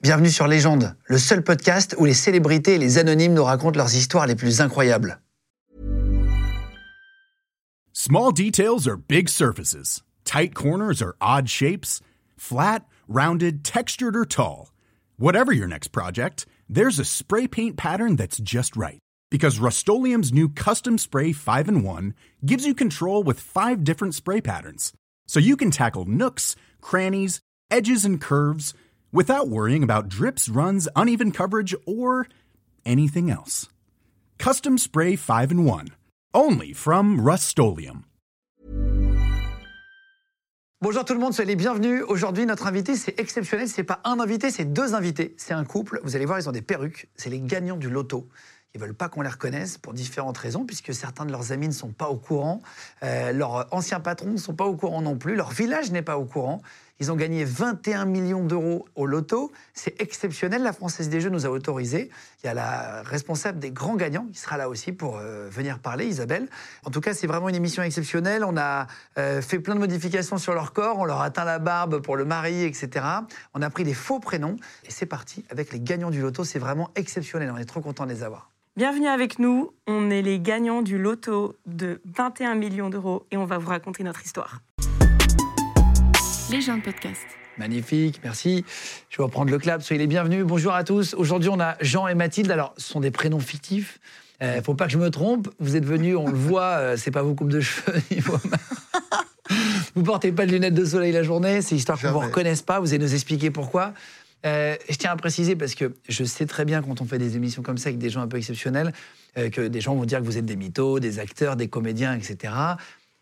Bienvenue sur Légende, le seul podcast où les célébrités et les anonymes nous racontent leurs histoires les plus incroyables. Small details are big surfaces. Tight corners are odd shapes. Flat, rounded, textured, or tall. Whatever your next project, there's a spray paint pattern that's just right. Because Rust new Custom Spray 5 in 1 gives you control with five different spray patterns. So you can tackle nooks, crannies, edges, and curves without worrying about drips, runs, uneven coverage, or anything else. Custom Spray 5 in 1. Only from Rust Bonjour tout le monde, soyez les bienvenus. Aujourd'hui, notre invité, c'est exceptionnel. C'est pas un invité, c'est deux invités. C'est un couple. Vous allez voir, ils ont des perruques. C'est les gagnants du loto. Ils veulent pas qu'on les reconnaisse pour différentes raisons, puisque certains de leurs amis ne sont pas au courant. Euh, leurs anciens patrons ne sont pas au courant non plus. Leur village n'est pas au courant. Ils ont gagné 21 millions d'euros au loto. C'est exceptionnel. La Française des Jeux nous a autorisé. Il y a la responsable des grands gagnants qui sera là aussi pour euh, venir parler, Isabelle. En tout cas, c'est vraiment une émission exceptionnelle. On a euh, fait plein de modifications sur leur corps. On leur a teint la barbe pour le mari, etc. On a pris des faux prénoms. Et c'est parti avec les gagnants du loto. C'est vraiment exceptionnel. On est trop content de les avoir. Bienvenue avec nous, on est les gagnants du loto de 21 millions d'euros et on va vous raconter notre histoire. Les gens de podcast. Magnifique, merci. Je vais reprendre le clap. Soyez les bienvenus. Bonjour à tous. Aujourd'hui, on a Jean et Mathilde. Alors, ce sont des prénoms fictifs. Euh, faut pas que je me trompe. Vous êtes venus, on le voit, euh, c'est pas vos coupes de cheveux. ni vos mains. vous portez pas de lunettes de soleil la journée. C'est histoire qu'on vous Jamais. reconnaisse pas. Vous allez nous expliquer pourquoi. Euh, je tiens à préciser parce que je sais très bien quand on fait des émissions comme ça avec des gens un peu exceptionnels euh, que des gens vont dire que vous êtes des mythos, des acteurs, des comédiens, etc.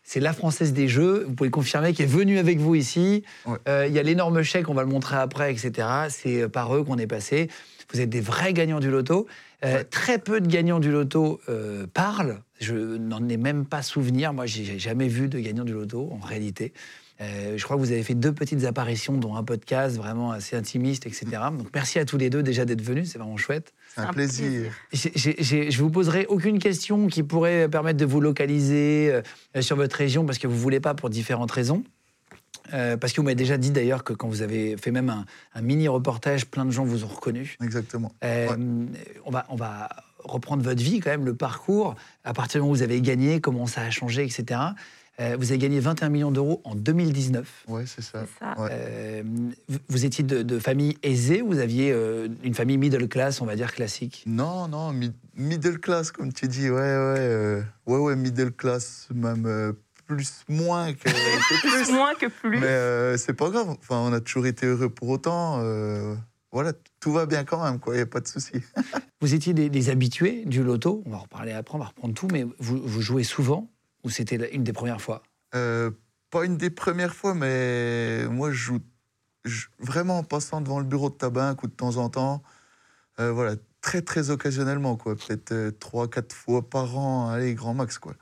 C'est la Française des Jeux, vous pouvez le confirmer, qui est venue avec vous ici. Euh, Il Ouais. y a l'énorme chèque, on va le montrer après, etc. C'est euh, par eux qu'on est passé. Vous êtes des vrais gagnants du loto. Euh, Très peu de gagnants du loto euh, parlent. Je n'en ai même pas souvenir. Moi, j'ai j'ai jamais vu de gagnants du loto, en réalité. Euh, je crois que vous avez fait deux petites apparitions, dont un podcast vraiment assez intimiste, etc. Donc merci à tous les deux déjà d'être venus, c'est vraiment chouette. C'est un, un plaisir. J'ai- plaisir. j'ai- j'ai- Je vous poserai aucune question qui pourrait permettre de vous localiser euh, sur votre région parce que vous voulez pas pour différentes raisons. Euh, parce que vous m'avez déjà dit d'ailleurs que quand vous avez fait même un, un mini reportage, plein de gens vous ont reconnu. Exactement. Euh, on, va, on va reprendre votre vie quand même, le parcours, à partir du moment où vous avez gagné, comment ça a changé, etc. Euh, vous avez gagné 21 millions d'euros en 2019. Ouais, c'est ça. C'est ça. Ouais. Euh, vous- vous étiez de, de famille aisée ou vous aviez euh, une famille middle class, on va dire classique Non, non, mi- middle class, comme tu dis. Ouais, ouais, euh, ouais, ouais, middle class, même euh, plus, moins que, que plus. Moins que plus. Mais euh, c'est pas grave. Enfin, on a toujours été heureux pour autant. euh, voilà, t- tout va bien quand même, quoi. Il n'y a pas de souci. Vous étiez des, des habitués du loto, on va en reparler après, on va reprendre tout, mais vous, vous jouez souvent ou c'était la- une des premières fois Euh, pas une des premières fois, mais moi, je joue je- vraiment en passant devant le bureau de tabac un coup de temps en temps. Euh, voilà, très, très occasionnellement, quoi. Peut-être euh, trois, quatre fois par an, allez, grand max, quoi.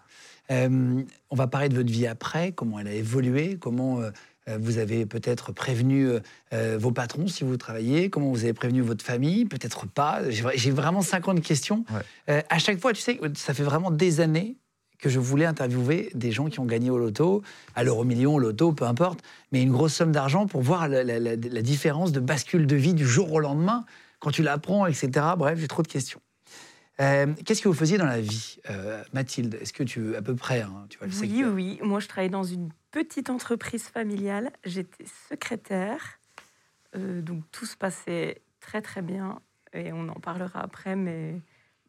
Euh, On va parler de votre vie après, comment elle a évolué, comment euh, euh, vous avez peut-être prévenu euh, euh, vos patrons si vous travaillez, comment vous avez prévenu votre famille, peut-être pas. J'ai vra- J'ai vraiment 50 questions. Ouais. Euh, à chaque fois, tu sais, ça fait vraiment des années que je voulais interviewer des gens qui ont gagné au loto, à l'euro million, au loto, peu importe, mais une grosse somme d'argent pour voir la, la- la- la différence de bascule de vie du jour au lendemain, quand tu l'apprends, etc. Bref, j'ai trop de questions. Euh, Qu'est-ce que vous faisiez dans la vie, euh, Mathilde Est-ce que tu, à peu près, hein, tu vois le Oui, secteur oui. Moi, je travaillais dans une petite entreprise familiale. J'étais secrétaire. Euh, donc, tout se passait très, très bien. Et on en parlera après. Mais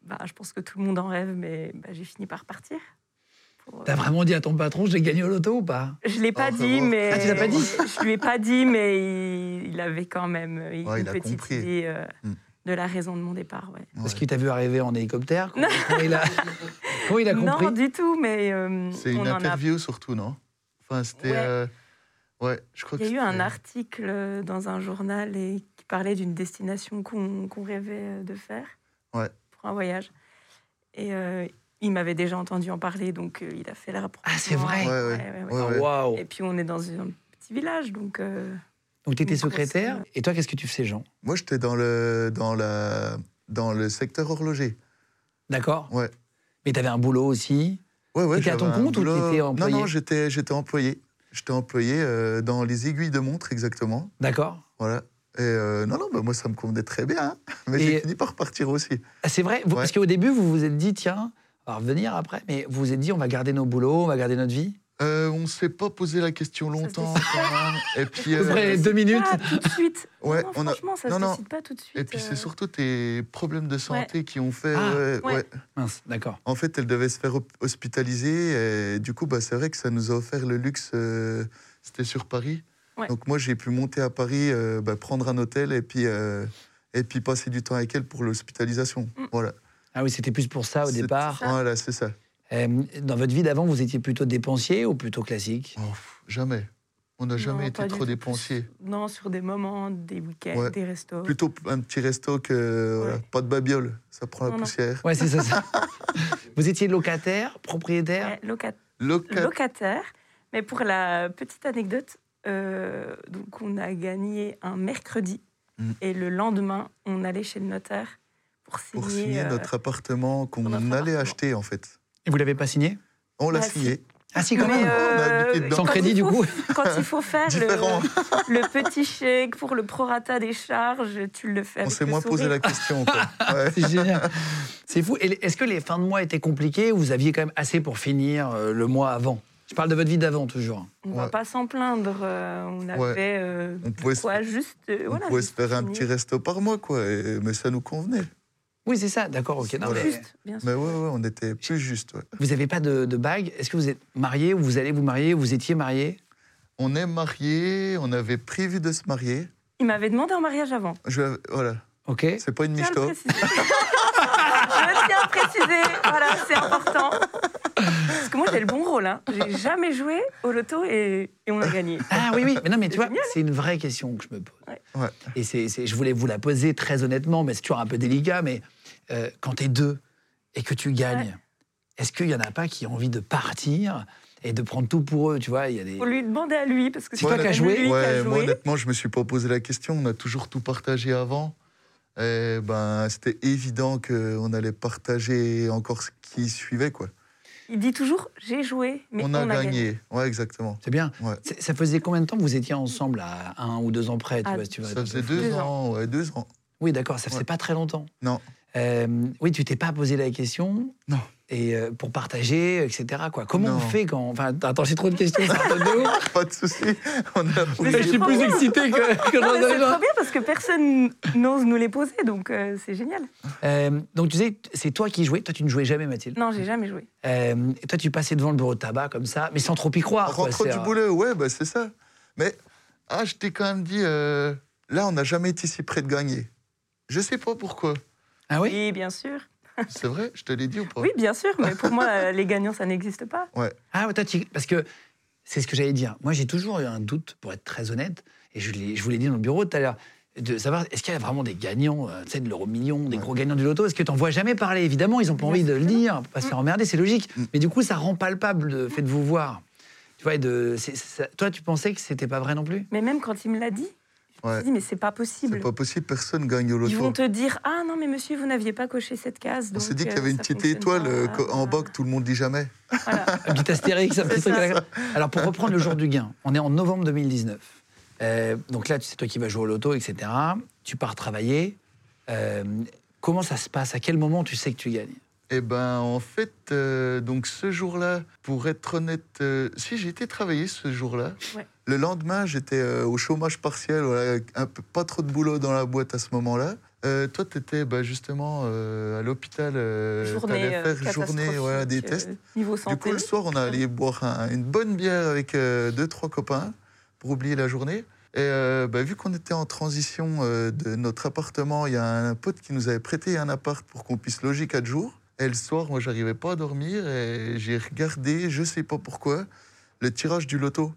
bah, je pense que tout le monde en rêve. Mais bah, j'ai fini par partir. Pour, euh, T'as vraiment dit à ton patron, j'ai gagné au loto ou pas Je l'ai pas Oh, dit, vraiment. mais Ah, tu l'as pas dit Je lui ai pas dit, mais il, il avait quand même euh, Ouais, une il a petite compris. idée euh, Hmm. de la raison de mon départ. ouais. Parce Ouais. qu'il t'a vu arriver en hélicoptère Comment, comment il, a, comment il a compris Non, du tout, mais euh, C'est on une en a- interview surtout, non Enfin, c'était. Ouais. euh, ouais, je crois Il y a que eu c'était- un article dans un journal et qui parlait d'une destination qu'on qu'on rêvait euh, de faire Ouais. pour un voyage. Et euh, il m'avait déjà entendu en parler, donc euh, il a fait le rapprochement. Ah, c'est vrai Ouais, ouais. ouais, ouais. Ouais, ouais. Ah, Waouh Et puis on est dans un petit village, donc euh, Donc t'étais Une grosse secrétaire, somme. et toi, qu'est-ce que tu faisais, Jean Moi, j'étais dans le, dans, la, dans le secteur horloger. D'accord Ouais. Mais t'avais un boulot aussi Ouais, ouais, T'étais à ton j'avais un compte ou boulot- t'étais employé Non, non, j'étais j'étais employé. J'étais employé euh, dans les aiguilles de montre, exactement. D'accord Voilà. Et euh, non, non, bah, moi, ça me convenait très bien. hein. Mais Et- j'ai fini par partir aussi. Ah, C'est vrai, vous- parce Ouais. qu'au début, vous vous êtes dit, tiens, on va revenir après, mais vous vous êtes dit, on va garder nos boulots, on va garder notre vie. Euh, on ne s'est pas posé la question se longtemps, décide. quand même. Et puis, peu euh, près. Ça se deux minutes. décide pas tout de suite. Ouais, non, on a- franchement, ça non, se non. décide pas tout de suite. et puis, euh. c'est surtout tes problèmes de santé qui ont fait. Ah, ouais, ouais. ouais. Mince, d'accord. En fait, elle devait se faire hop- hospitaliser. Et du coup, bah, c'est vrai que ça nous a offert le luxe. euh, C'était sur Paris. Ouais. Donc moi, j'ai pu monter à Paris, euh, bah, prendre un hôtel et puis, euh, et puis passer du temps avec elle pour l'hospitalisation. Mm. Voilà. Ah oui, c'était plus pour ça au C'est- départ. Voilà, c'est ça. Euh, dans votre vie d'avant, vous étiez plutôt dépensier ou plutôt classique Oh, pff, jamais. On n'a jamais Non, pas été du trop tout. Oh. dépensier. Non, sur des moments, des week-ends, Ouais. des restos. Plutôt un petit resto que voilà, pas de babiole. Ça prend la Non, non. poussière. Ouais, c'est ça. ça. vous étiez locataire, propriétaire Ouais, loca- Local. locataire. Mais pour la petite anecdote, euh, donc on a gagné un mercredi Mm. et le lendemain, on allait chez le notaire pour signer. pour signer euh, notre appartement qu'on notre allait appartement. acheter en fait. Et vous l'avez pas signé On l'a Ah, si. signé. Ah si, quand mais, euh, même. a habité dedans. Sans quand crédit, il du faut- coup. Quand il faut faire Différent. le, le petit chèque pour le prorata des charges, tu le fais. On avec s'est le moins posé sourire. la question. quoi. Ouais. C'est génial. C'est fou. Et les- est-ce que les fins de mois étaient compliquées ou vous aviez quand même assez pour finir euh, le mois avant Je parle de votre vie d'avant toujours. On va Ouais. pas s'en plaindre. euh, on avait euh, On pouvait se- quoi juste. euh, On voilà, pouvait se juste faire un signer. petit resto par mois, quoi. et- mais ça nous convenait. Oui, c'est ça. D'accord, ok. Non, Voilà. mais Juste, bien sûr. Mais ouais, ouais, on était plus juste. ouais. vous n'avez pas de, de bague. Est-ce que vous êtes marié ou vous allez vous marier ou Vous étiez marié On est mariés, on avait prévu de se marier. Il m'avait demandé en mariage avant. Je, voilà, Ok. c'est pas une Je tiens à le michto. préciser. Je tiens à le préciser. Voilà, c'est important. Parce que moi, j'ai le bon rôle. Hein. J'ai jamais joué au loto et, et on a gagné. Ah oui, oui. Mais non, mais tu C'est vois, génial. c'est une vraie question que je me pose. Ouais. Ouais. Et c'est, c'est- je voulais vous la poser très honnêtement, mais c'est toujours un peu délicat. Mais euh, quand t'es deux et que tu gagnes, est-ce qu'il y en a pas qui ont envie de partir et de prendre tout pour eux Tu vois, il y a des. Faut lui demander à lui. parce que C'est toi qui as joué lui qui a Ouais, moi joué. honnêtement, je me suis pas posé la question. On a toujours tout partagé avant. Et ben, c'était évident qu'on allait partager encore ce qui suivait, quoi. Il dit toujours j'ai joué, mais on a gagné. Ouais, exactement. C'est bien. Ouais. C'est- Ça faisait combien de temps que vous étiez ensemble à un ou deux ans près tu Ah, vois, si tu veux. Ça faisait deux, Deux ans, ouais, deux ans. Oui, d'accord, ça faisait Ouais. pas très longtemps. Non. Euh, oui, tu t'es pas posé la question. Non. Et euh, pour partager, etc. Quoi. Comment on Non. fait quand. Enfin, attends, j'ai trop de questions, c'est un peu de ouf. Pas de souci. On a Mais Je c'est suis trop plus bien. excité que, que Non, mais j'en c'est avais trop bien parce que personne n'ose nous les poser, donc euh, c'est génial. Euh, donc, tu disais, t- c'est toi qui jouais. Toi, tu ne jouais jamais, Mathilde. Non, j'ai jamais joué. Euh, et toi, tu passais devant le bureau de tabac comme ça, mais sans trop y croire. quoi, Rentre c'est, du euh, boulot, ouais, bah, c'est ça. Mais ah, je t'ai quand même dit, euh, là, on n'a jamais été si près de gagner. Je sais pas pourquoi. Ah oui Oui, bien sûr. C'est vrai, je te l'ai dit ou pas Oui, bien sûr, mais pour moi, euh, les gagnants, ça n'existe pas. Ah, ouais, toi, tu- parce que c'est ce que j'allais dire. Moi, j'ai toujours eu un doute, pour être très honnête, et je, l'ai- je vous l'ai dit dans le bureau tout à l'heure, de savoir est-ce qu'il y a vraiment des gagnants, euh, tu sais, de l'euro million, des Ouais. gros gagnants du loto Est-ce que t'en vois jamais parler Évidemment, ils n'ont pas envie de le dire, pour pas se faire emmerder, c'est logique. Mm. Mais du coup, ça rend palpable le fait de vous voir. Tu vois, et de, c'est- c'est- ça- toi, tu pensais que c'était pas vrai non plus Mais même quand il me l'a dit, je me Ouais. suis dit, mais c'est pas possible. C'est pas possible, personne gagne au Ils vont loto. te dire Ah non, mais monsieur, vous n'aviez pas coché cette case. On donc, s'est dit qu'il y euh, avait une ça petite fonctionne étoile pas. euh, co- en bas Voilà. que tout le monde dit jamais. Voilà. Un petit astérix, un petit C'est truc à la- Alors, pour reprendre le jour du gain, on est en novembre 2019. Euh, donc là, tu sais, toi qui vas jouer au loto, etc. Tu pars travailler. Euh, comment ça se passe À quel moment tu sais que tu gagnes Eh ben, en fait, euh, donc ce jour-là, pour être honnête, euh, si j'ai été travailler ce jour-là, Ouais. le lendemain, j'étais euh, au chômage partiel, voilà, avec un peu, pas trop de boulot dans la boîte à ce moment-là. Euh, toi, tu étais justement euh, à l'hôpital, tu Journée, allais euh, faire journée voilà, des catastrophique, tests. euh, niveau Du santé. coup, le soir, on a allé boire un- une bonne bière avec euh, deux, trois copains pour oublier la journée. Et euh, bah, vu qu'on était en transition euh, de notre appartement, il y a un pote qui nous avait prêté un appart pour qu'on puisse loger quatre jours. Et le soir, moi, j'arrivais pas à dormir et j'ai regardé, je sais pas pourquoi, le tirage du loto.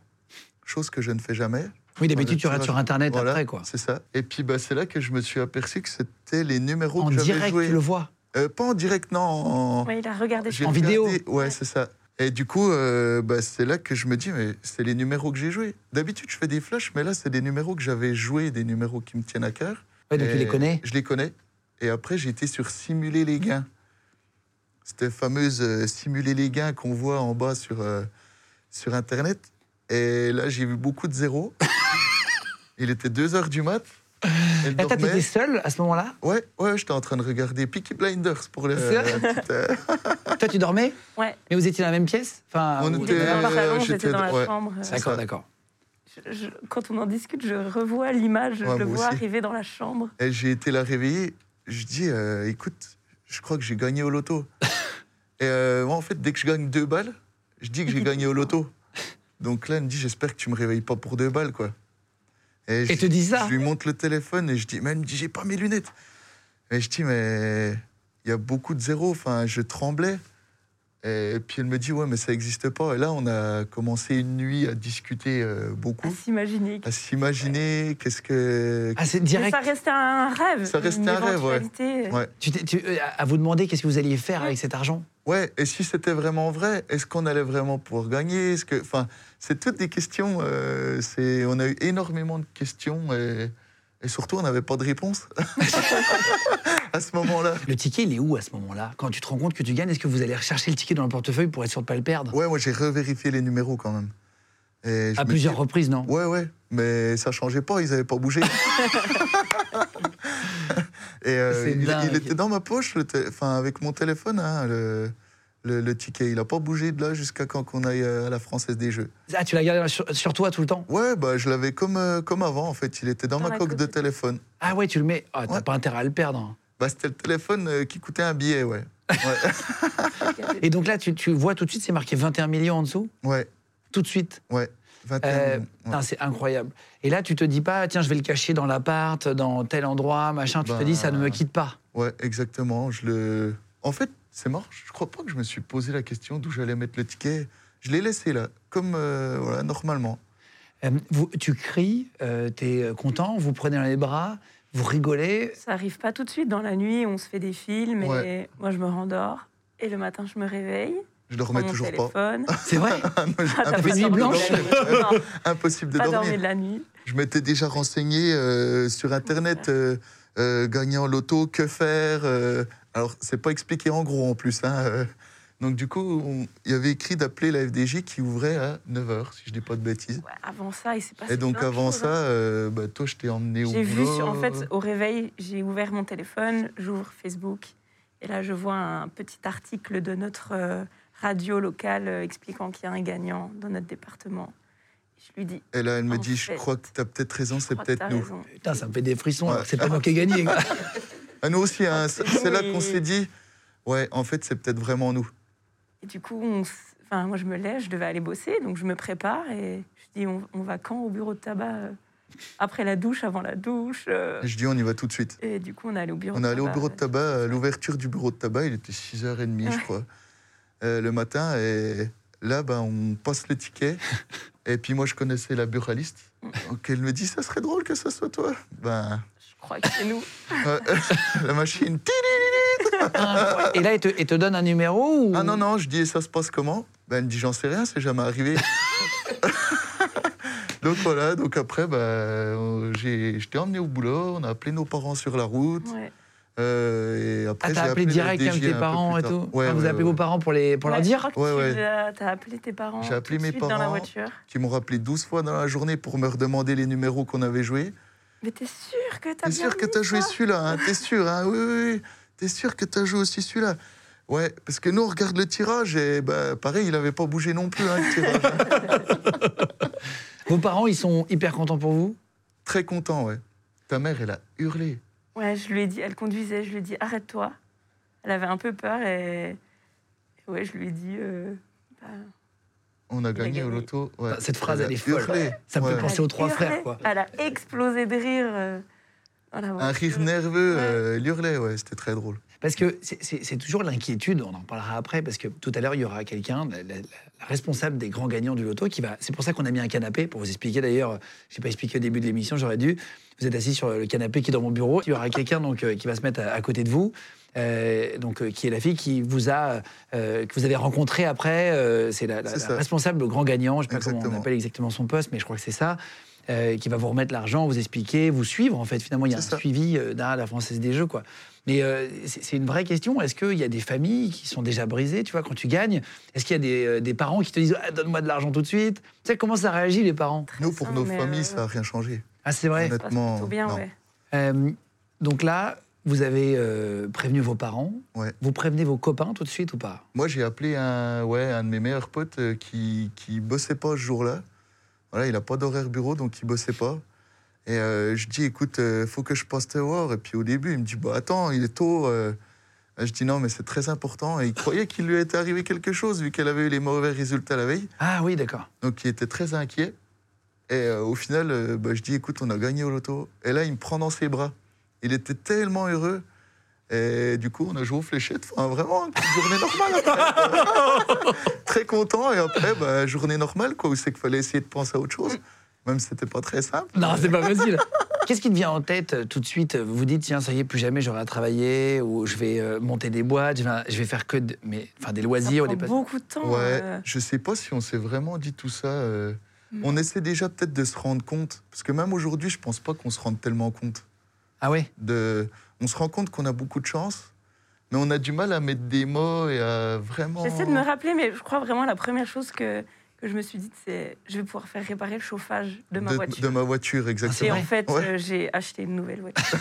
Chose que je ne fais jamais. Oui, d'habitude, tu Voilà, regardes tu sur Internet Voilà, après, quoi. C'est ça. Et puis, bah, c'est là que je me suis aperçu que c'était les numéros En que j'avais direct, joués. tu le vois. Euh, pas en direct, non. en- Ouais, il a regardé. j'ai En vidéo. Ouais, c'est ça. Et du coup, euh, bah, c'est là que je me dis, mais c'est les numéros que j'ai joués. D'habitude, je fais des flashs, mais là, c'est des numéros que j'avais joués, des numéros qui me tiennent à cœur. Ouais, donc tu Et les connais. Je les connais. Et après, j'ai été sur simuler les gains. Cette fameuse euh, simuler les gains qu'on voit en bas sur, euh, sur Internet. Et là, j'ai vu beaucoup de zéros. Il était 2 heures du mat. Elle Attends, Eh, t'étais dormait. seul à ce moment-là Ouais, ouais, j'étais en train de regarder Peaky Blinders pour les. C'est vrai la petite, euh, Toi, tu dormais Ouais. Mais vous étiez dans la même pièce enfin, On ou- On était- était dans le salon, euh, j'étais j'étais dans la dans- ouais. chambre. euh, D'accord, d'accord. je- je- quand on en discute, je revois l'image, je Ouais, le moi vois aussi. arriver dans la chambre. Et Eh, j'ai été la réveiller. Je dis, euh, écoute, je crois que j'ai gagné au loto. Et euh, moi, en fait, dès que je gagne deux balles, je dis que j'ai gagné au loto. Donc là, elle me dit, j'espère que tu me réveilles pas pour deux balles, quoi. je- Et te dis ça Je lui montre le téléphone et je dis, mais elle me dit, j'ai pas mes lunettes. Et je dis, mais il y a beaucoup de zéros. Enfin, je tremblais. Et puis elle me dit, ouais, mais ça n'existe pas. Et là, on a commencé une nuit à discuter euh, À beaucoup, s'imaginer. à s'imaginer qu'est-ce que. Ah, c'est Mais direct. ça restait un rêve. Ça restait un rêve, ouais. éventualité. Ouais. Tu t'es- tu- euh, à vous demander qu'est-ce que vous alliez faire avec cet argent Ouais, et si c'était vraiment vrai, est-ce qu'on allait vraiment pouvoir gagner Est-ce que, enfin, c'est toutes des questions. euh, c'est, on a eu énormément de questions et, et surtout on n'avait pas de réponse à ce moment-là. Le ticket, il est où à ce moment-là Quand tu te rends compte que tu gagnes, est-ce que vous allez rechercher le ticket dans le portefeuille pour être sûr de ne pas le perdre Ouais, moi j'ai revérifié les numéros quand même. Et je À me plusieurs dis- reprises, non Ouais, ouais, mais ça changeait pas, ils n'avaient pas bougé. et euh, C'est il, il dingue. était dans ma poche, le té- enfin avec mon téléphone, hein, le, le- le ticket. Il a pas bougé de là jusqu'à quand qu'on aille à la Française des Jeux. Ah, tu l'as gardé sur, sur toi tout le temps Ouais, bah, je l'avais comme, euh, comme avant, en fait. Il était dans, Dans ma la coque de coque. téléphone. Ah ouais, tu le mets. Ah, t'as Ouais. pas intérêt à le perdre. Bah, c'était le téléphone euh, qui coûtait un billet, ouais. Ouais, Et donc là, tu, tu vois tout de suite, c'est marqué 21 millions en dessous ouais, Tout de suite. 21 Euh, millions, ouais. putain, C'est incroyable. Et là, tu te dis pas, tiens, je vais le cacher dans l'appart, dans tel endroit, machin. Tu te Bah. dis, ça ne me quitte pas. Ouais, exactement. Je le... En fait, c'est marrant, je crois pas que je me suis posé la question d'où j'allais mettre le ticket. Je l'ai laissé là, comme euh, voilà, normalement. Euh, vous- tu cries, tu t'es euh, content, vous prenez dans les bras, vous rigolez. Ça arrive pas tout de suite. Dans la nuit, on se fait des films et Ouais. moi, je me rendors. Et le matin, je me réveille. Je le je remets prends mon toujours pas. téléphone. C'est vrai Ah, non, j'ai- Ah, t'as pas Impossible de nuit dormi blanche. de la nuit. Non, dormir. Impossible de pas dormir. dormi de la nuit. Je m'étais déjà renseigné euh, sur Internet, euh, euh, gagnant l'auto, que faire. euh, alors, c'est pas expliqué en gros en plus. hein, euh. donc, du coup, on- il y avait écrit d'appeler la FDJ qui ouvrait à 9h, si je dis pas de bêtises. Ouais, avant ça, il s'est passé. Et donc, plein de avant choses, ça, hein. euh, bah, toi, je t'ai emmené au J'ai vu, boulot. euh, sur- en fait, au réveil, j'ai ouvert mon téléphone, j'ouvre Facebook, et là, je vois un petit article de notre euh, radio locale euh, expliquant qu'il y a un gagnant dans notre département. Je lui dis, Et là, elle me en dit Je fait, crois que t'as peut-être raison, je c'est crois que t'as peut-être nous. raison. Putain, ça me fait des frissons. Ouais. alors que C'est pas moi qui ai gagné. quoi. Ah, nous aussi, hein, c'est c'est c'est là nous, qu'on et- s'est dit Ouais, en fait, c'est peut-être vraiment nous. Et du coup, on s- enfin, moi, je me lève, je devais aller bosser, donc je me prépare et je dis, on, on va quand au bureau de tabac euh, Après la douche, avant la douche euh, Et je dis On y va tout de suite. Et du coup, on est allé au bureau On est de euh, allé au bureau de ouais. tabac, à l'ouverture du bureau de tabac, il était 6h30, je Ouais. crois, euh, le matin. Et là, ben, on passe le ticket. et puis moi, je connaissais la buraliste. Donc elle me dit Ça serait drôle que ce soit toi. Ben, Je crois que c'est nous. euh, la machine. ti- Incroyable. Et là, il te, il te donne un numéro ou... Ah non, non, je dis Et ça se passe comment ben, Elle me dit J'en sais rien, c'est jamais arrivé. donc voilà, donc après, ben, euh, j'ai- je t'ai emmené au boulot, on a appelé nos parents sur la route. Ouais. euh, et Ah, après, t'as j'ai appelé le direct quand même DG tes un peu parents plus et tard. tout Ouais, Enfin, Vous ouais, appelez ouais. vos parents pour, les, pour leur Ouais, dire je crois que Ouais, tu ouais. les as- T'as appelé tes parents. J'ai appelé tout de mes suite Dans la parents. voiture. qui m'ont rappelé 12 fois dans la journée pour me redemander les numéros qu'on avait joués. Mais t'es sûr que t'as T'es bien sûr que mis t'as joué ça celui-là, hein T'es sûr, hein Oui, oui, oui. T'es sûr que t'as joué aussi celui-là Ouais, parce que nous, on regarde le tirage et bah, pareil, il n'avait pas bougé non plus, hein, le tirage. Vos parents, ils sont hyper contents pour vous Très content, ouais. Ta mère, elle a hurlé. Ouais, je lui ai dit, elle conduisait, je lui ai dit arrête-toi. Elle avait un peu peur et. et Ouais, je lui ai dit. euh, bah, On Il a a gagné au gagné. loto. ouais. Bah, Cette phrase, a elle est folle. hurlé, Ça me fait ouais. penser aux elle trois hurlait, frères, quoi. Elle a explosé de rire. euh, dans la Un voiture. rire nerveux, Ouais. euh, elle hurlait, ouais, c'était très drôle. Parce que c'est- c'est c'est toujours l'inquiétude, on en parlera après, parce que tout à l'heure, il y aura quelqu'un, la, la- la responsable des grands gagnants du loto, qui va. C'est pour ça qu'on a mis un canapé, pour vous expliquer d'ailleurs, je n'ai pas expliqué au début de l'émission, j'aurais dû. Vous êtes assis sur le canapé qui est dans mon bureau, il y aura quelqu'un donc euh, qui va se mettre à, à côté de vous. euh, donc, euh, qui est la fille qui vous a, euh, que vous avez rencontrée après, euh, c'est la, la- C'est la ça. responsable grand gagnant, je ne sais pas comment on Exactement. appelle exactement son poste, mais je crois que c'est ça, euh, qui va vous remettre l'argent, vous expliquer, vous suivre en fait. Finalement, il y a un C'est ça. suivi euh, derrière la Française des Jeux, quoi. Mais euh, c'est c'est une vraie question. Est-ce qu'il y a des familles qui sont déjà brisées, tu vois, quand tu gagnes Est-ce qu'il y a des, euh, des parents qui te disent Ah, donne-moi de l'argent tout de suite Tu sais, comment ça réagit les parents Très Nous, pour sain, nos mais, familles, euh, ça n'a rien changé. Ah, c'est vrai. ça se passe Honnêtement, plutôt bien, non. ouais. Euh, donc là, vous avez euh, prévenu vos parents. Ouais. Vous prévenez vos copains tout de suite ou pas Moi, j'ai appelé un, ouais, un de mes meilleurs potes euh, qui qui bossait pas ce jour-là. Voilà, il a pas d'horaire bureau, donc il bossait pas. Et euh, je dis, écoute, euh, faut que je passe te voir. Et puis au début, il me dit, bah attends, il est tôt. euh. Je dis, non, mais c'est très important. Et il croyait qu'il lui était arrivé quelque chose, vu qu'elle avait eu les mauvais résultats la veille. Ah oui, d'accord. Donc il était très inquiet. Et euh, au final, euh, bah, je dis, écoute, on a gagné au loto. Et là, il me prend dans ses bras. Il était tellement heureux. Et du coup, on a joué aux fléchettes. Enfin, vraiment, une journée normale. après. très content. Et après, bah, journée normale, quoi, où c'est qu'il fallait essayer de penser à autre chose. Même si c'était pas très simple. Non, c'est pas facile. Qu'est-ce qui te vient en tête euh, tout de suite Vous vous dites, tiens, ça y est, plus jamais j'aurai à travailler, ou je vais euh, monter des boîtes, je vais, je vais faire que de- mais, enfin, des Ça loisirs. ou prend des pas- beaucoup de temps. Ouais, euh, je sais pas si on s'est vraiment dit tout ça. euh, Mm. On essaie déjà peut-être de se rendre compte, parce que même aujourd'hui, je pense pas qu'on se rende tellement compte. Ah oui De, on se rend compte qu'on a beaucoup de chance, mais on a du mal à mettre des mots et à vraiment. J'essaie de me rappeler, mais je crois vraiment la première chose que, que je me suis dit, c'est je vais pouvoir faire réparer le chauffage de ma voiture. de ma Ah, voiture, Et exactement. en fait, Ouais. euh, j'ai acheté une nouvelle voiture.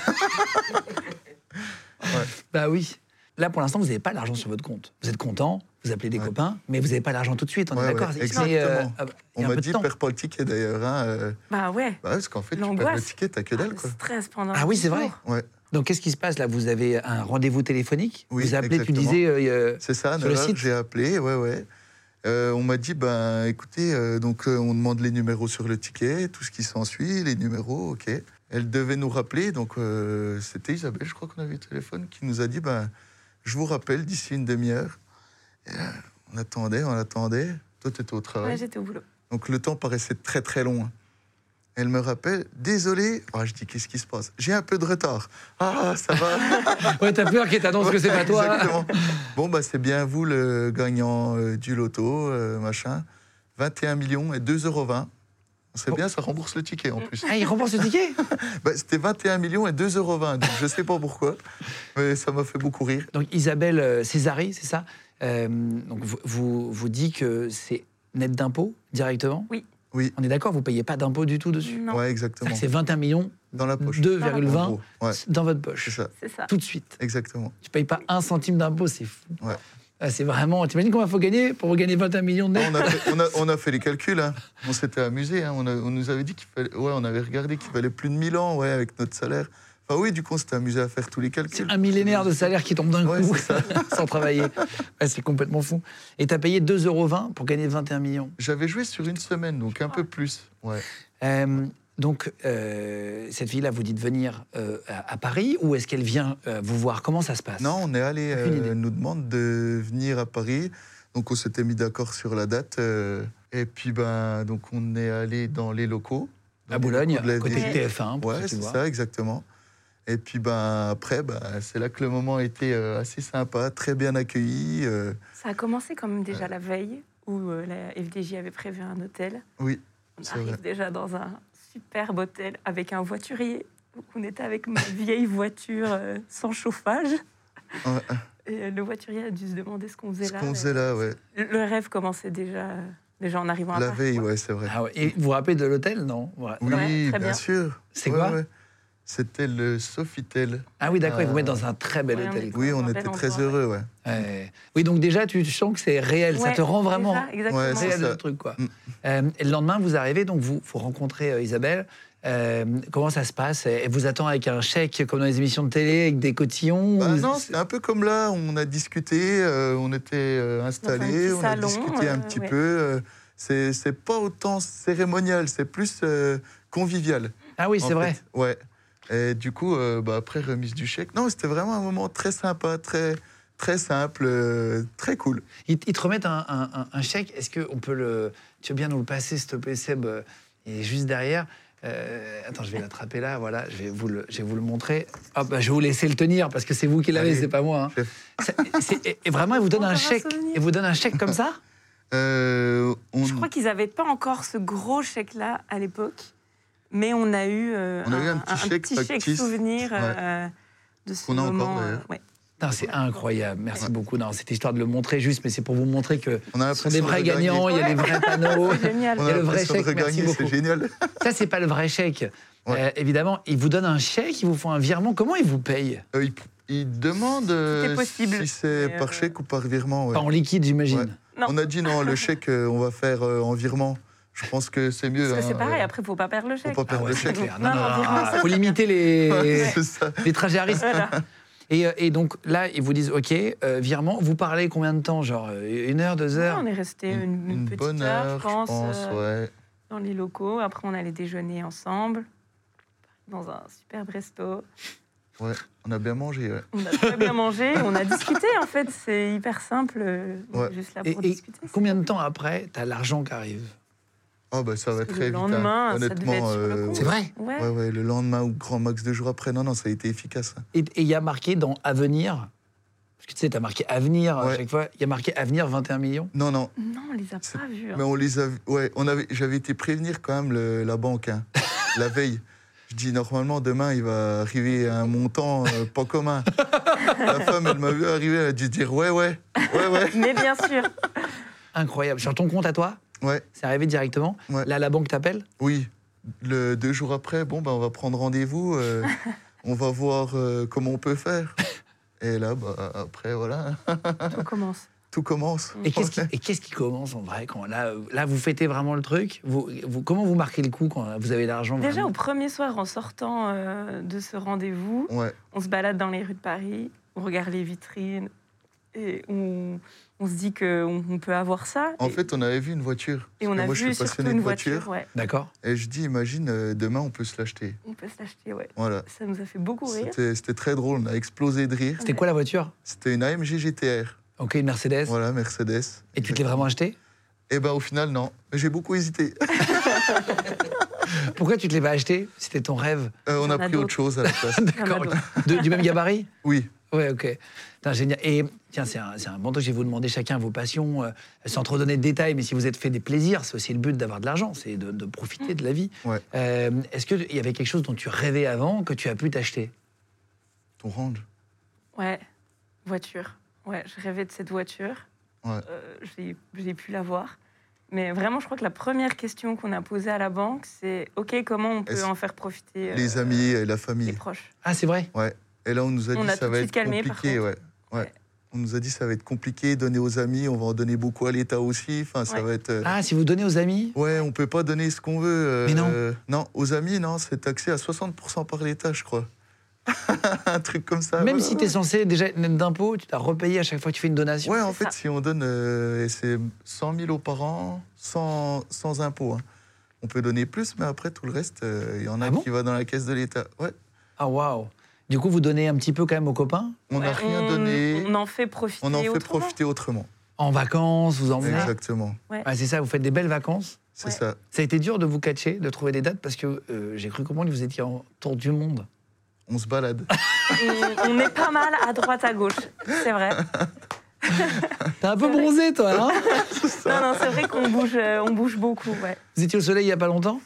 Bah oui. Là, pour l'instant, vous n'avez pas l'argent sur votre compte. Vous êtes content, vous appelez des Ouais. copains, mais vous n'avez pas l'argent tout de suite, on Ouais, est ouais, d'accord. C'est- exactement. ah bah, il y on a un m'a peu de dit, temps. perds pas le ticket d'ailleurs. hein, euh, bah ouais. bah, parce qu'en fait, tu perds le L'angoisse. ticket, t'as que Ah, dalle, le quoi. stress pendant. Ah oui, c'est vrai. toujours. Ouais, Donc, qu'est-ce qui se passe là Vous avez un rendez-vous téléphonique Oui, Vous appelez, tu exactement. disais. euh, euh, c'est ça, à Sur le 9 heures, site. j'ai appelé, ouais, ouais. Euh, on m'a dit, ben écoutez, euh, donc euh, on demande les numéros sur le ticket, tout ce qui s'ensuit, les numéros, ok. Elle devait nous rappeler, donc euh, c'était Isabelle, je crois qu'on avait eu au téléphone, qui nous a dit, ben je vous rappelle d'ici une demi-heure. Et là, on attendait, on attendait. Toi, t'étais au travail. Ouais, j'étais au boulot. Donc le temps paraissait très très long. hein. Elle me rappelle, désolé. Ah, je dis, qu'est-ce qui se passe J'ai un peu de retard. Ah, ça va. Ouais, t'as peur qu'elle t'annonce que c'est pas toi. Exactement. Bon, bah, c'est bien vous le gagnant euh, du loto, euh, machin. 21 millions et 2,20 euros. C'est bien, ça rembourse le ticket en plus. Ah, il rembourse le ticket Bah, C'était 21 millions et 2,20 euros. Donc je sais pas pourquoi, mais ça m'a fait beaucoup rire. Donc Isabelle euh, Césari, c'est ça Euh, Donc vous, vous, vous dit que c'est net d'impôt directement Oui. Oui. On est d'accord, vous payez pas d'impôt du tout dessus. Non, Ouais, C'est-à-dire exactement. que C'est 21 millions, Dans la poche. Dans en 2,20 gros. Ouais, dans votre c'est poche. ça, c'est ça. Tout de suite. exactement. Tu payes pas un centime d'impôt, c'est fou. Ouais. Ah, C'est vraiment. T'imagines combien il faut gagner pour gagner 21 millions de net On a, fait, on a- on a fait les calculs, hein. on s'était amusé. hein. On, a- on nous avait dit qu'il fallait. Ouais, on avait regardé qu'il valait plus de 1000 ans ouais, avec notre salaire. Enfin, oui, du coup, on s'était amusé à faire tous les calculs. C'est un millénaire de salaire qui tombe d'un Oh, Ouais, coup c'est ça. sans travailler. Ouais, c'est complètement fou. Et tu as payé 2,20 euros pour gagner 21 millions. J'avais joué sur une semaine, donc un peu Ah. plus. Ouais. Euh, donc, euh, cette fille-là vous dit de venir euh, à, à Paris ou est-ce qu'elle vient euh, vous voir Comment ça se passe Non, on est allé, Aucune euh, idée. nous demande de venir à Paris. Donc on s'était mis d'accord sur la date. euh, et puis, ben, donc on est allé dans les locaux. dans à les Boulogne, locaux de la- côté des- TF1, pour Ouais, ceux qui c'est voient. ça, exactement. Et puis ben, après, ben, c'est là que le moment a été euh, assez sympa, très bien accueilli. euh, Ça a commencé comme déjà la veille où euh, la FDJ avait prévu un hôtel. oui, On C'est arrive vrai. déjà dans un superbe hôtel avec un voiturier. Donc on était avec ma vieille voiture euh, sans chauffage. Ouais. Et euh, le voiturier a dû se demander ce qu'on faisait ce là. qu'on faisait là, ouais. Le rêve commençait déjà, euh, déjà en arrivant à La Paris, veille, quoi. Ah, ouais, c'est vrai. Ah ouais, Et vous vous rappelez de l'hôtel, non Ouais. oui, Non. Ouais, très bien bien. sûr. C'est Ouais, quoi ouais. C'était le Sofitel. Ah oui, d'accord, ils vous Euh, mettent dans un très bel ouais, on hôtel. est- quoi. Oui, un on bel était endroit, très ouais. heureux, ouais. Ouais. Oui, donc déjà, tu sens que c'est réel, ça Ouais, te rend c'est vraiment ça, exactement. Ouais, c'est réel ça. le truc. Quoi. Mm. Euh, et le lendemain, vous arrivez, donc vous, vous rencontrez euh, Isabelle. Euh, comment ça se passe Elle vous attend avec un chèque comme dans les émissions de télé, avec des cotillons Bah ou- non, c'était un peu comme là, on a discuté, euh, on était euh, installés, petit on salon, a discuté un euh, petit ouais. peu. euh, c'est c'est pas autant cérémonial, c'est plus euh, convivial. Ah oui, en c'est fait. vrai. Ouais. Et du coup, euh, bah, après remise du chèque, non, c'était vraiment un moment très sympa, très, très simple, euh, très cool. Ils, te- ils te remettent un, un- un- un chèque. Est-ce que on peut le. Tu veux bien nous le passer, s'il te plaît, Seb euh, Il est juste derrière. Euh, attends, je vais l'attraper là. Voilà, je vais vous le, je vais vous le montrer. Ah, bah, je vais vous laisser le tenir parce que c'est vous qui l'avez, Allez, c'est pas moi. hein. Ça- c'est- et, et vraiment, ils vous donnent un Encore un chèque. souvenir. Ils vous donnent un chèque comme ça Euh, on, Je crois qu'ils n'avaient pas encore ce gros chèque-là à l'époque, mais on a eu, euh, On a eu un petit chèque factice. souvenir euh, de ce Qu'on a encore, moment. euh, d'ailleurs. ouais. Non, c'est incroyable. Merci beaucoup. Non, cette histoire de le montrer juste, mais c'est pour vous montrer que on a ce sont des l'impression vrais de gagnants, gagner. il y a des vrais panneaux. C'est génial. On Il y a a le vrai l'impression de chèque, merci regagner, c'est beaucoup. génial. Ça, c'est pas le vrai chèque. Ouais. Euh, évidemment, ils vous donnent un chèque, ils vous font un virement. Comment ils vous payent Euh, il, il demande euh, Tout est possible, si c'est mais, par euh, chèque ou par virement. ouais. Pas en liquide, j'imagine. Ouais. Non. On a dit non, le chèque, euh, on va faire euh, en virement. Je pense que c'est mieux. Parce que hein, c'est pareil, euh, après, il ne faut pas perdre le faut chèque. pas Ah, bah perdre ouais, le c'est chèque. clair. Non, Non, non, non, non, vraiment, non, ça- faut limiter les, Ouais, c'est ça. les trajets à risque. Voilà. Et, euh, et donc là, ils vous disent, OK, euh, virement, vous parlez combien de temps Genre euh, une heure, deux Ouais, heures on est resté une, Une, une une petite bonne heure, heure, je pense, euh, ouais. dans les locaux. Après, on allait déjeuner ensemble dans un super resto. Ouais, on a bien mangé. ouais. On a très bien mangé, on a discuté en fait, c'est hyper simple. euh, on est Ouais. Juste là Et- pour et discuter. Combien de temps après, t'as l'argent qui arrive Ah, bah ça va que très le vite. hein. lendemain, ça devait Honnêtement, être sur le hein. euh, compte. C'est vrai Ouais. Ouais, ouais, le lendemain ou grand max deux jours après. Non, non, ça a été efficace. hein. Et et il y a marqué dans Avenir, parce que tu sais, t'as marqué Avenir à Ouais. chaque fois, il y a marqué Avenir 21 millions. Non, non, Non, on les a C'est- pas vus. hein. Mais on les a. Ouais, on avait. J'avais été prévenir quand même le- la banque, hein, la veille. Je dis normalement demain il va arriver un montant euh, pas commun. la femme elle m'a vu arriver, elle a dû dire ouais ouais ouais ouais. Mais bien sûr, Incroyable. Sur ton compte à toi, Ouais, c'est arrivé directement. Ouais. Là, la banque t'appelle. oui. Le deux jours après, bon ben on va prendre rendez-vous, euh, on va voir euh, comment on peut faire. Et là bah, après voilà, tout commence. tout commence. Et qu'est-ce qui, et qu'est-ce qui commence en vrai quand là, euh, là vous fêtez vraiment le truc vous, vous- Comment vous marquez le coup quand vous avez de l'argent Déjà vraiment au premier soir, en sortant euh, de ce rendez-vous, Ouais, on se balade dans les rues de Paris, on regarde les vitrines et on, on se dit qu'on on peut avoir ça. en et, fait on avait vu une voiture. et on Parce que a moi je vu suis surtout passionné une de voiture. voiture. ouais. D'accord. Et je dis imagine euh, demain on peut se l'acheter. On peut se l'acheter, ouais. Voilà. Ça nous a fait beaucoup rire. C'était c'était très drôle, on a explosé de rire. C'était quoi la voiture C'était une AMG GTR. Ok, une Mercedes. Voilà, Mercedes. Et tu te l'es vraiment achetée Eh ben au final, non. Mais J'ai beaucoup hésité. Pourquoi tu te l'es pas achetée C'était ton rêve. Euh, Il y on en a a pris autre d'autres. chose à la place. Il y en a D'accord. d'autres. De- du même gabarit Oui, Ouais, ok. Putain, génial. Et tiens, c'est un, c'est un bon truc. Je vais vous demander chacun vos passions, euh, sans trop donner de détails, mais si vous êtes fait des plaisirs, c'est aussi le but d'avoir de l'argent, c'est de, de profiter de la vie. Ouais. Euh, Est-ce qu'il y avait quelque chose dont tu rêvais avant que tu as pu t'acheter ton range. Ouais, voiture. Ouais, je rêvais de cette voiture. Ouais. Euh, j'ai- j'ai pu l'avoir. Mais vraiment, je crois que la première question qu'on a posée à la banque, c'est OK, comment on peut Est-ce- en faire profiter euh, Les amis et la les famille. proches Ah, c'est vrai Et là, on nous a On dit a tout ça de va suite être calmé, par compliqué. Ouais. ouais. Ouais. On nous a dit ça va être compliqué, donner aux amis, on va en donner beaucoup à l'État aussi. Enfin, ça Ouais. va être. euh, Ah, si vous donnez aux amis Ouais, on peut pas donner ce qu'on veut. euh, Mais non. euh, non, aux amis, non, c'est taxé à 60% par l'État, je crois. Un truc comme ça. Même voilà. si tu es censé déjà être net d'impôts, tu dois repayer à chaque fois que tu fais une donation. Ouais, en C'est fait, ça. si on donne euh, et c'est 100 000 euros par an, sans, sans impôt. hein. On peut donner plus, mais après, tout le reste, euh, il y en a Ah bon qui va dans la caisse de l'État. Ouais, Ah, waouh Du coup, vous donnez un petit peu quand même aux copains on n'a Ouais, rien on- donné, On en fait profiter. on en fait autrement. profiter autrement. En vacances, vous emmenez Exactement, Ah, C'est ça, vous faites des belles vacances. c'est Ouais. ça. Ça a été dur de vous catcher, de trouver des dates, parce que euh, j'ai cru comprendre que vous étiez en tour du monde. On se balade. On, on est pas mal à droite, à gauche. C'est vrai. T'es un peu bronzé, toi, hein Non, non, c'est vrai qu'on bouge, euh, on bouge beaucoup. Ouais. Vous étiez au soleil il n'y a pas longtemps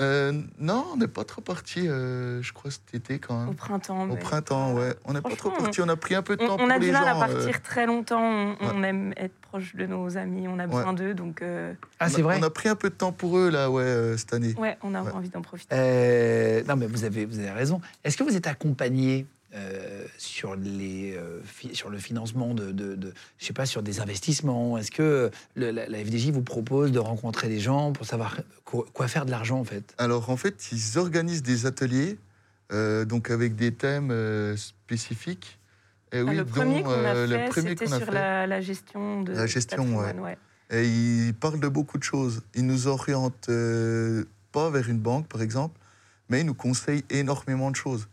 Euh, non, on n'est pas trop parti, euh, je crois, cet été quand Au même. printemps. Au mais- printemps, ouais. On n'est pas trop Franchement, parti, on a pris un peu de On, temps on pour a les du mal à gens. euh, partir très longtemps. On, on aime être proche de nos amis. On a besoin d'eux. Donc, euh, Ah, on c'est a- vrai On a pris un peu de temps pour eux, là, ouais, euh, cette année. ouais, on a Ouais. envie d'en profiter. Euh, Non, mais vous avez, vous avez raison. Est-ce que vous êtes accompagné euh, sur, les, euh, fi- sur le financement de, de, de- je sais pas, sur des investissements Est-ce que euh, le- la, la FDJ vous propose de rencontrer des gens pour savoir quoi, quoi faire de l'argent, en fait Alors en fait, ils organisent des ateliers, euh, donc avec des thèmes euh, spécifiques. Et Ah, oui, le premier dont, qu'on a euh, le fait, premier c'était qu'on a sur fait. La, la gestion de La gestion, patrimoine, ouais. Et ils parlent de beaucoup de choses. Ils nous orientent euh, pas vers une banque, par exemple, mais ils nous conseillent énormément de choses.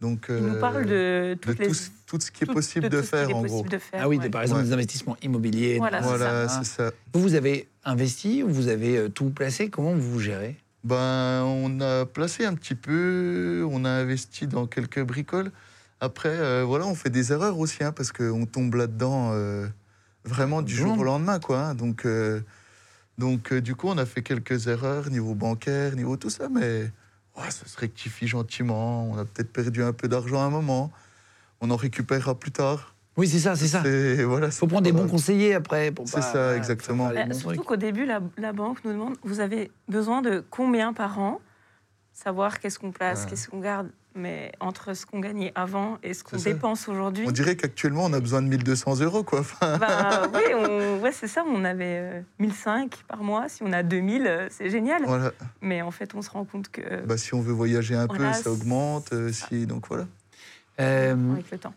Donc, Il nous parle de Euh, de toutes les tout, ce- tout ce qui est tout- possible de de tout ce qu'il faire, est en possible gros. de faire, Ah oui, ouais. de- par exemple, Ouais. des investissements immobiliers. Voilà, nanana. Voilà, c'est ça. Vous, vous avez investi, vous avez euh, tout placé, comment vous gérez Ben, on a placé un petit peu, on a investi dans quelques bricoles. Après, euh, voilà, on fait des erreurs aussi, hein, parce qu'on tombe là-dedans euh, vraiment du jour Bon. au lendemain, quoi. hein. Donc, euh, donc euh, du coup, on a fait quelques erreurs niveau bancaire, niveau tout ça, mais ouais, ça se rectifie gentiment. On a peut-être perdu un peu d'argent à un moment. On en récupérera plus tard. Oui, c'est ça, c'est ça. C'est- voilà, Il Ah. faut prendre des bons conseillers après. pour C'est pas- ça, voilà, exactement. faire les Bah, bons surtout trucs. qu'au début, la, la banque nous demande vous avez besoin de combien par an savoir qu'est-ce qu'on place, Ouais. qu'est-ce qu'on garde. Mais entre ce qu'on gagnait avant et ce qu'on C'est ça. dépense aujourd'hui, On dirait qu'actuellement, on a besoin de 1200 euros, quoi. Enfin, bah, oui, on- ouais, c'est ça, on avait euh, 1005 par mois. Si on a 2000, euh, c'est génial. voilà. Mais en fait, on se rend compte que euh, Bah, si on veut voyager un Voilà, peu, ça augmente. euh, si... Donc voilà. Euh, avec le temps.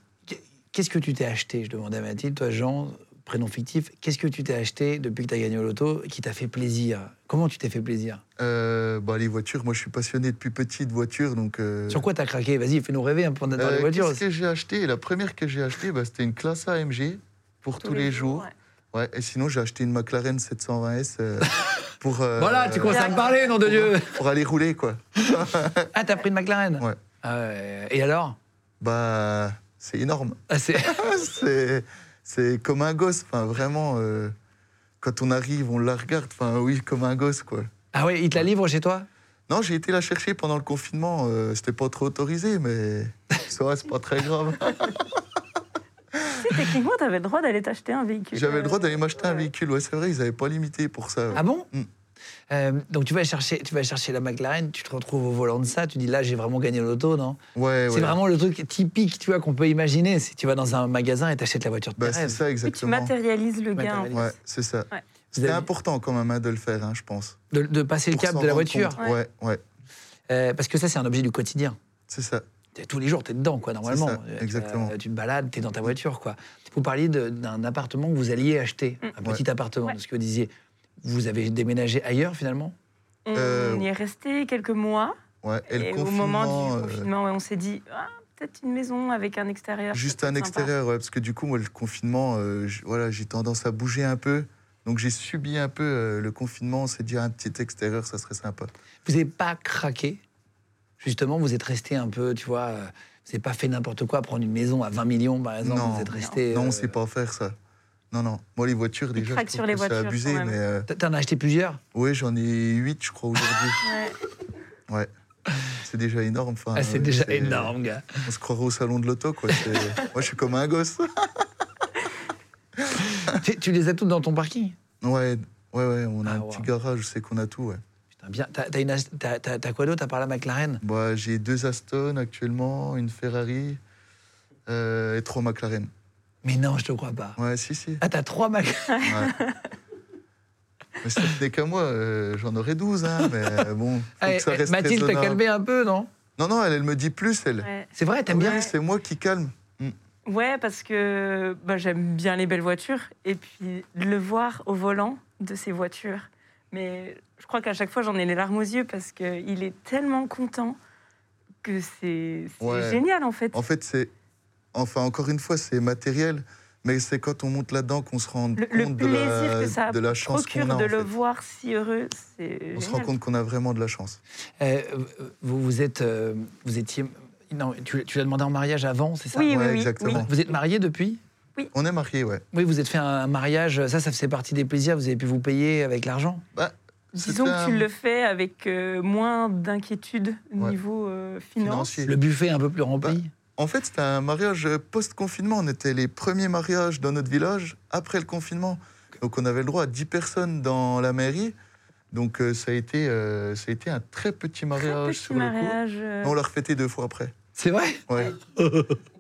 Qu'est-ce que tu t'es acheté Je demandais à Mathilde, toi, Jean, prénom fictif, qu'est-ce que tu t'es acheté depuis que tu as gagné au loto qui t'a fait plaisir Comment tu t'es fait plaisir Euh, bah, les voitures, moi je suis passionné depuis petit de voitures. Donc, euh, Sur quoi t'as craqué Vas-y, fais-nous rêver hein, un peu dans euh, les voitures. Qu'est-ce que j'ai acheté La première que j'ai achetée, bah, c'était une classe AMG pour tous, les, jours. ouais. Ouais, et sinon, j'ai acheté une McLaren 720S euh, pour, euh, Voilà, tu commences à me parler, nom de pour, Dieu pour aller rouler, quoi. Ah, t'as pris une McLaren Ouais. Ah ouais. Et alors Bah, c'est énorme. Ah, c'est- c'est, c'est comme un gosse. Enfin, vraiment, euh, quand on arrive, on la regarde. Enfin, oui, comme un gosse, quoi. Ah ouais, il te la livre chez toi Non, j'ai été la chercher pendant le confinement. euh, c'était pas trop autorisé, mais ça, va, c'est pas très grave. Tu sais, techniquement, tu avais le droit d'aller t'acheter un véhicule. J'avais le droit d'aller Euh, m'acheter un ouais. véhicule. Ouais, c'est vrai, ils avaient pas limité pour ça. Ah bon Mm. Euh, donc tu vas chercher, tu vas chercher la McLaren, tu te retrouves au volant de ça, tu dis là j'ai vraiment gagné l'auto, non Ouais, C'est ouais. vraiment le truc typique, tu vois, qu'on peut imaginer. Si tu vas dans un magasin et t'achètes la voiture de Bah, tes c'est rêves. ça, Puis tu exactement. matérialises le gain. en fait. Ouais, c'est ça. Ouais. C'était Vous avez- important quand même hein, de le faire, hein, je pense. de, de passer le pour cap s'en de la rendre voiture. compte. Ouais, ouais, Euh, parce que ça, c'est un objet du quotidien. c'est ça. T'es- Tous les jours, tu es dedans, quoi, normalement. ça, Euh, tu vas- exactement. Tu te balades, tu es dans ta voiture, quoi. Vous parliez de- d'un appartement que vous alliez acheter, Mm. Hmm. un petit appartement, Ouais. parce que vous disiez, vous avez déménagé ailleurs, finalement On Euh, y est resté quelques mois. Ouais. Et, Et, le au confinement, moment du euh, confinement, ouais, on s'est dit Ah, peut-être une maison avec un extérieur. Juste ça un peut être sympa. extérieur, ouais, parce que du coup, moi, le confinement, euh, j- voilà, j'ai tendance à bouger un peu. Donc j'ai subi un peu euh, le confinement. On s'est dit, un petit extérieur, ça serait sympa. Vous n'avez pas craqué Justement, vous êtes resté un peu, tu vois, euh, vous n'avez pas fait n'importe quoi, prendre une maison à 20 millions, par exemple, Non. vous êtes resté... non, on euh, ne sait pas faire ça. Non, non. Moi, les voitures, déjà, craque je sur trouve les que c'est voitures, abusé. quand même. Mais T'as- T'en as acheté plusieurs oui, j'en ai 8, je crois, aujourd'hui. Ouais. c'est déjà énorme. Enfin, Ah, C'est euh, déjà énorme, gars. On se croirait au salon de l'auto, quoi. C'est- moi, je suis comme un gosse. tu, tu les as toutes dans ton parking Ouais, ouais, ouais. On a Ah, un wow. petit garage, je sais qu'on a tout, ouais. Putain, bien. T'as t'as une as- t'as- t'as- t'as quoi d'autre à part la McLaren Bah, j'ai deux Aston actuellement, une Ferrari euh, et trois McLaren. Mais non, je te crois pas. Ouais, si, si. Ah, t'as trois Mac. Ouais. mais ça tenait qu'à moi, euh, j'en aurais 12, hein, mais euh, bon, faut Eh, que ça eh, reste Mathilde, t'as raisonnable. calmé un peu, non Non, non, elle, elle me dit plus, elle. Ouais. C'est vrai, t'aimes Oui, bien c'est moi qui calme. Ouais, parce que bah, j'aime bien les belles voitures. Et puis, le voir au volant de ces voitures. Mais je crois qu'à chaque fois, j'en ai les larmes aux yeux parce qu'il est tellement content que c'est c'est Ouais. génial, en fait. En fait, c'est... Enfin, encore une fois, c'est matériel, mais c'est quand on monte là-dedans qu'on se rend Le, le compte de, plaisir la, que ça de la chance qu'on procure a, de en le fait. voir si heureux, c'est On se génial. rend compte qu'on a vraiment de la chance. Eh, vous, vous êtes. euh, vous étiez. Non, tu, tu l'as demandé en mariage avant, c'est ça Oui, Ouais, oui, oui, exactement. Vous êtes mariés depuis On est mariés, ouais. Oui, vous êtes fait un mariage. Ça, ça faisait partie des plaisirs. Vous avez pu vous payer avec l'argent. Disons Bah, C'était que tu un- le fais avec euh, moins d'inquiétude au Ouais. niveau euh, finance. Financier. Le buffet un peu plus rempli. En fait, c'était un mariage post-confinement. On était les premiers mariages dans notre village après le confinement. Donc, on avait le droit à 10 personnes dans la mairie. Donc, euh, ça, a été, euh, ça a été un très petit Très mariage petit sur le coup. mariage. euh, On l'a refêté deux fois après. C'est vrai Ouais.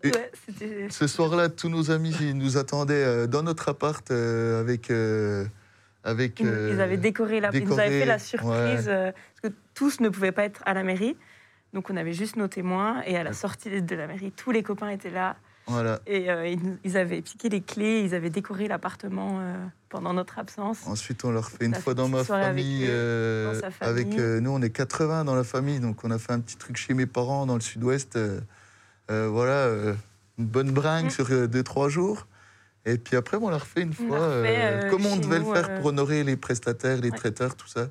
Et- ouais, c'était- Ce soir-là, tous nos amis ils nous attendaient euh, dans notre appart euh, avec. euh, avec ils, nous- euh, ils avaient décoré la, ils nous avaient décoré, fait la surprise ouais. euh, parce que tous ne pouvaient pas être à la mairie. Donc on avait juste nos témoins et à la sortie de la mairie, tous les copains étaient là Voilà. et euh, ils, nous- ils avaient piqué les clés, ils avaient décoré l'appartement euh, pendant notre absence. Ensuite, on leur fait une On a fois fait dans une ma petite soirée avec famille. eux, euh, dans sa famille. avec euh, nous, on est 80 dans la famille, donc on a fait un petit truc chez mes parents dans le sud-ouest. euh, euh, voilà, euh, une bonne bringue Mm. sur 2-3 jours. Et puis après, on l'a refait une On fois, l'a refait, euh, comme on chez devait nous, le faire euh, pour honorer les prestataires, les ouais. traiteurs, tout ça,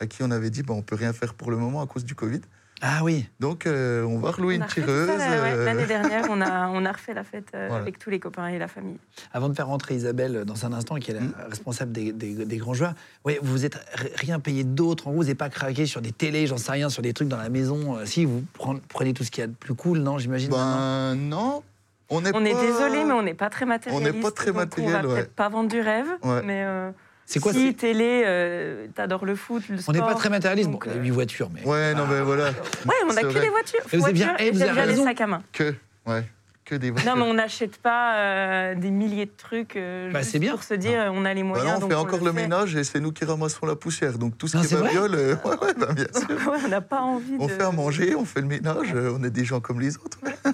à qui on avait dit bah, on peut rien faire pour le moment à cause du Covid. Ah oui. Donc euh, on va On relouer a une refait tout tireuse. ça, là, ouais. euh, L'année dernière, on a, on a refait la fête euh, Voilà. avec tous les copains et la famille. Avant de faire rentrer Isabelle dans un instant, qui est la Mm. responsable des, des- des grands joueurs, ouais, vous vous êtes r- rien payé d'autre. En gros, vous n'avez pas craqué sur des télés, j'en sais rien, sur des trucs dans la maison. Euh, si, vous prenez, prenez tout ce qu'il y a de plus cool, non J'imagine. maintenant. ben non, on est On est pas- désolé, mais on n'est pas très matérialiste. pas très donc matériel, On va ouais. peut-être pas vendre du rêve, Ouais. mais euh, C'est quoi Si, c'est- télé, euh, t'adores le foot, le On sport. n'est pas très matérialiste. Bon, donc, il y a euh, huit voitures, mais. bah, Ouais, non, Ah. mais voilà. Ouais, on a C'est que vrai. des voitures. Et vous avez bien- Voitures, et vous j'aime avez bien les raison. sacs à main. Que, ouais, que des voitures. Non, mais on n'achète pas euh, des milliers de trucs euh, Bah, juste c'est bien. pour se dire euh, on a les Bah moyens. non, on donc fait encore le fait. ménage et c'est nous qui ramassons la poussière. Donc tout ce Non, qui c'est va vrai viol, euh, Ah, ouais, ouais, bah, bien sûr. Ouais, on n'a pas envie On de. fait à manger, on fait le ménage, euh, on est des gens comme les autres. Ah,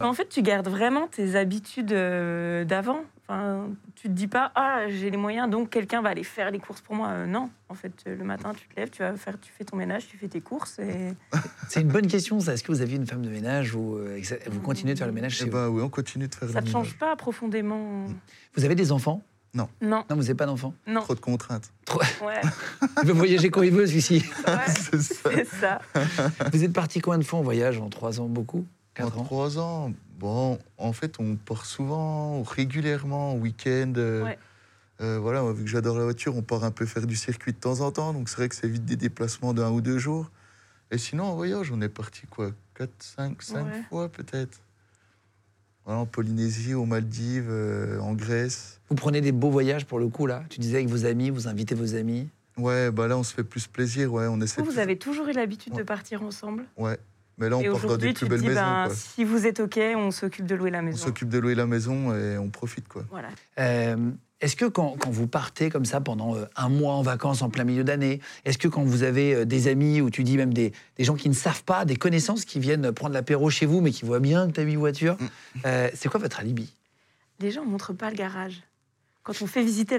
Mais en fait, tu gardes vraiment tes habitudes euh, d'avant. Enfin, tu te dis pas ah j'ai les moyens donc quelqu'un va aller faire les courses pour moi. Euh, non, en fait, euh, le matin tu te lèves, tu vas faire, tu fais ton ménage, tu fais tes courses et C'est une bonne question, ça. Est-ce que vous aviez une femme de ménage ou euh, exa- vous continuez de faire le ménage chez Eh vous bah oui, on continue de faire ça le ne ménage. change pas profondément. Vous avez des enfants Non, Non, vous n'avez pas d'enfants. non, Trop de contraintes. ouais, Il peut voyager quand il veut, celui-ci. ouais, C'est ça. c'est ça. Vous êtes parti combien de fois en voyage En trois ans, beaucoup En Quatre ans trois ans, bon, en fait, on part souvent, régulièrement, en week-end. euh, Ouais. euh, voilà, moi, vu que j'adore la voiture, on part un peu faire du circuit de temps en temps. Donc, c'est vrai que c'est vite des déplacements d'un ou deux jours. Et sinon, en voyage, on est parti quoi 4, 5, 5 Ouais. fois peut-être. Voilà, en Polynésie, aux Maldives, euh, en Grèce. Vous prenez des beaux voyages pour le coup, là Tu disais avec vos amis, vous invitez vos amis. Ouais, bah là, on se fait plus plaisir. Ouais, on essaie Vous, de- vous avez toujours eu l'habitude de Ouais. partir ensemble. Ouais. Mais là, on et part dans des aujourd'hui, plus tu te belles dis maisons. ben, quoi. si vous êtes ok, on s'occupe de louer la On maison. s'occupe de louer la maison et on profite, quoi. Voilà. Euh, est-ce que quand, quand vous partez comme ça pendant euh, un mois en vacances en plein milieu d'année, est-ce que quand vous avez euh, des amis ou tu dis même des, des gens qui ne savent pas, des connaissances qui viennent prendre l'apéro chez vous mais qui voient bien que tu as mis voiture, euh, c'est quoi votre alibi Les gens montrent pas le garage. Quand on fait visiter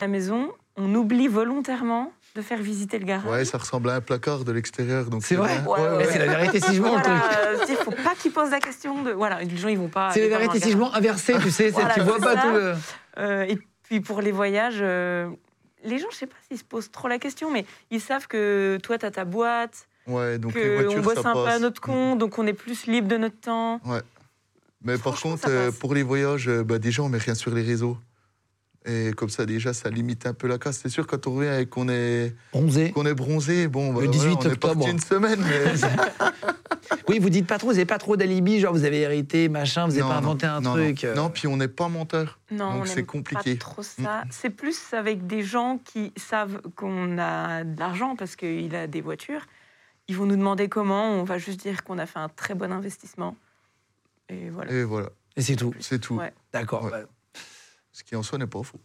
la maison, on oublie volontairement de faire visiter le garage. Ouais, ça ressemble à un placard de l'extérieur. donc C'est vrai bien. Ouais, ouais, Mais ouais. C'est la vérité si je mens le truc. Voilà, euh, tu sais, faut pas qu'ils posent la question de. Voilà, les gens ils vont pas. C'est la ils vont pas vérité si je dans le mens inversée, tu sais, c'est- Voilà, tu vois c'est pas ça. tout le... garage. Euh, et puis pour les voyages, euh, les gens, je sais pas s'ils se posent trop la question, mais ils savent que toi t'as ta boîte, Ouais, donc les que voitures, on bosse ça un peu passe. Mm-hmm. à notre compte, donc on est plus libre de notre temps. Mais par Franchement, contre, ça euh, passe. pour les voyages, euh, bah, déjà, on met rien sur les réseaux. Et comme ça, déjà, ça limite un peu la casse. C'est sûr, quand on revient et qu'on est, Bronzé. qu'on est bronzé, bon, bah, Le voilà, 18 on est octobre. parti une semaine. Mais... Oui, vous dites pas trop, vous n'avez pas trop d'alibi, genre vous avez hérité, machin, vous n'avez Non, pas non, inventé un non, truc. Non, euh. Non, puis on n'est pas menteur. Non, Donc on c'est aime compliqué. Mm-hmm. Pas trop ça. C'est plus avec des gens qui savent qu'on a de l'argent parce qu'il a des voitures. Ils vont nous demander comment. On va juste dire qu'on a fait un très bon investissement. Et voilà. Et voilà, Et c'est tout. c'est tout. Ouais. D'accord. Ouais. Ce qui en soi n'est pas faux.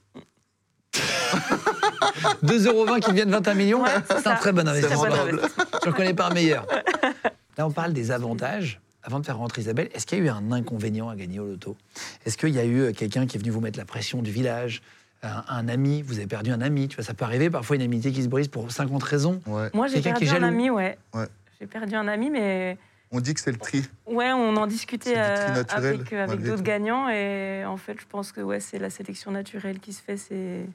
bah, 2,20€ qui viennent 21 millions, Ouais, c'est c'est un ça. très bon Très investissement. bon rentable. investissement. Je ne connais pas un meilleur. Là, on parle des avantages. Avant de faire rentrer Isabelle, est-ce qu'il y a eu un inconvénient à gagner au loto Est-ce qu'il y a eu euh, quelqu'un qui est venu vous mettre la pression du village un, un ami, vous avez perdu un ami, tu vois, ça peut arriver parfois une amitié qui se brise pour 50 raisons. Ouais. Moi, j'ai Quelqu'un qui est perdu un jaloux. ami, ouais. Ouais. J'ai perdu un ami, mais On dit que c'est le tri. ouais, on en C'est discutait du tri euh, naturel, avec, euh, avec malgré d'autres tout. gagnants. Et en fait, je pense que ouais, c'est la sélection naturelle qui se fait. C'est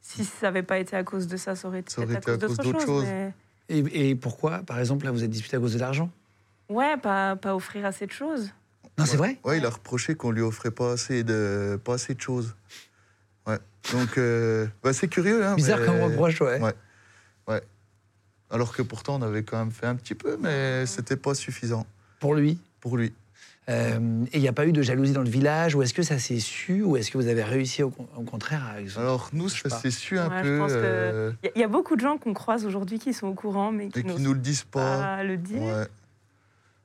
si ça n'avait pas été à cause de ça, ça aurait, Ça aurait été à cause d'autre d'autres chose. choses. mais- Et, et pourquoi Par exemple, là, vous êtes disputé à cause de l'argent Ouais, pas, pas offrir assez de choses. Non, c'est vrai Ouais, il a reproché qu'on lui offrait pas assez de, pas assez de choses. Ouais. Donc, euh, bah, c'est curieux. Hein, Bizarre mais- comme reproche, ouais. Ouais. Alors que pourtant, on avait quand même fait un petit peu, mais c'était pas suffisant Pour lui. pour lui. Euh, et il n'y a pas eu de jalousie dans le village Ou est-ce que ça s'est su Ou est-ce que vous avez réussi au, con- au contraire à... Alors nous, Je sais ça pas. s'est su un Ouais, je peu pense que- euh, Il y, a beaucoup de gens qu'on croise aujourd'hui qui sont au courant, mais et qui qu'ils n'osent nous le disent pas. pas le dire. Ouais.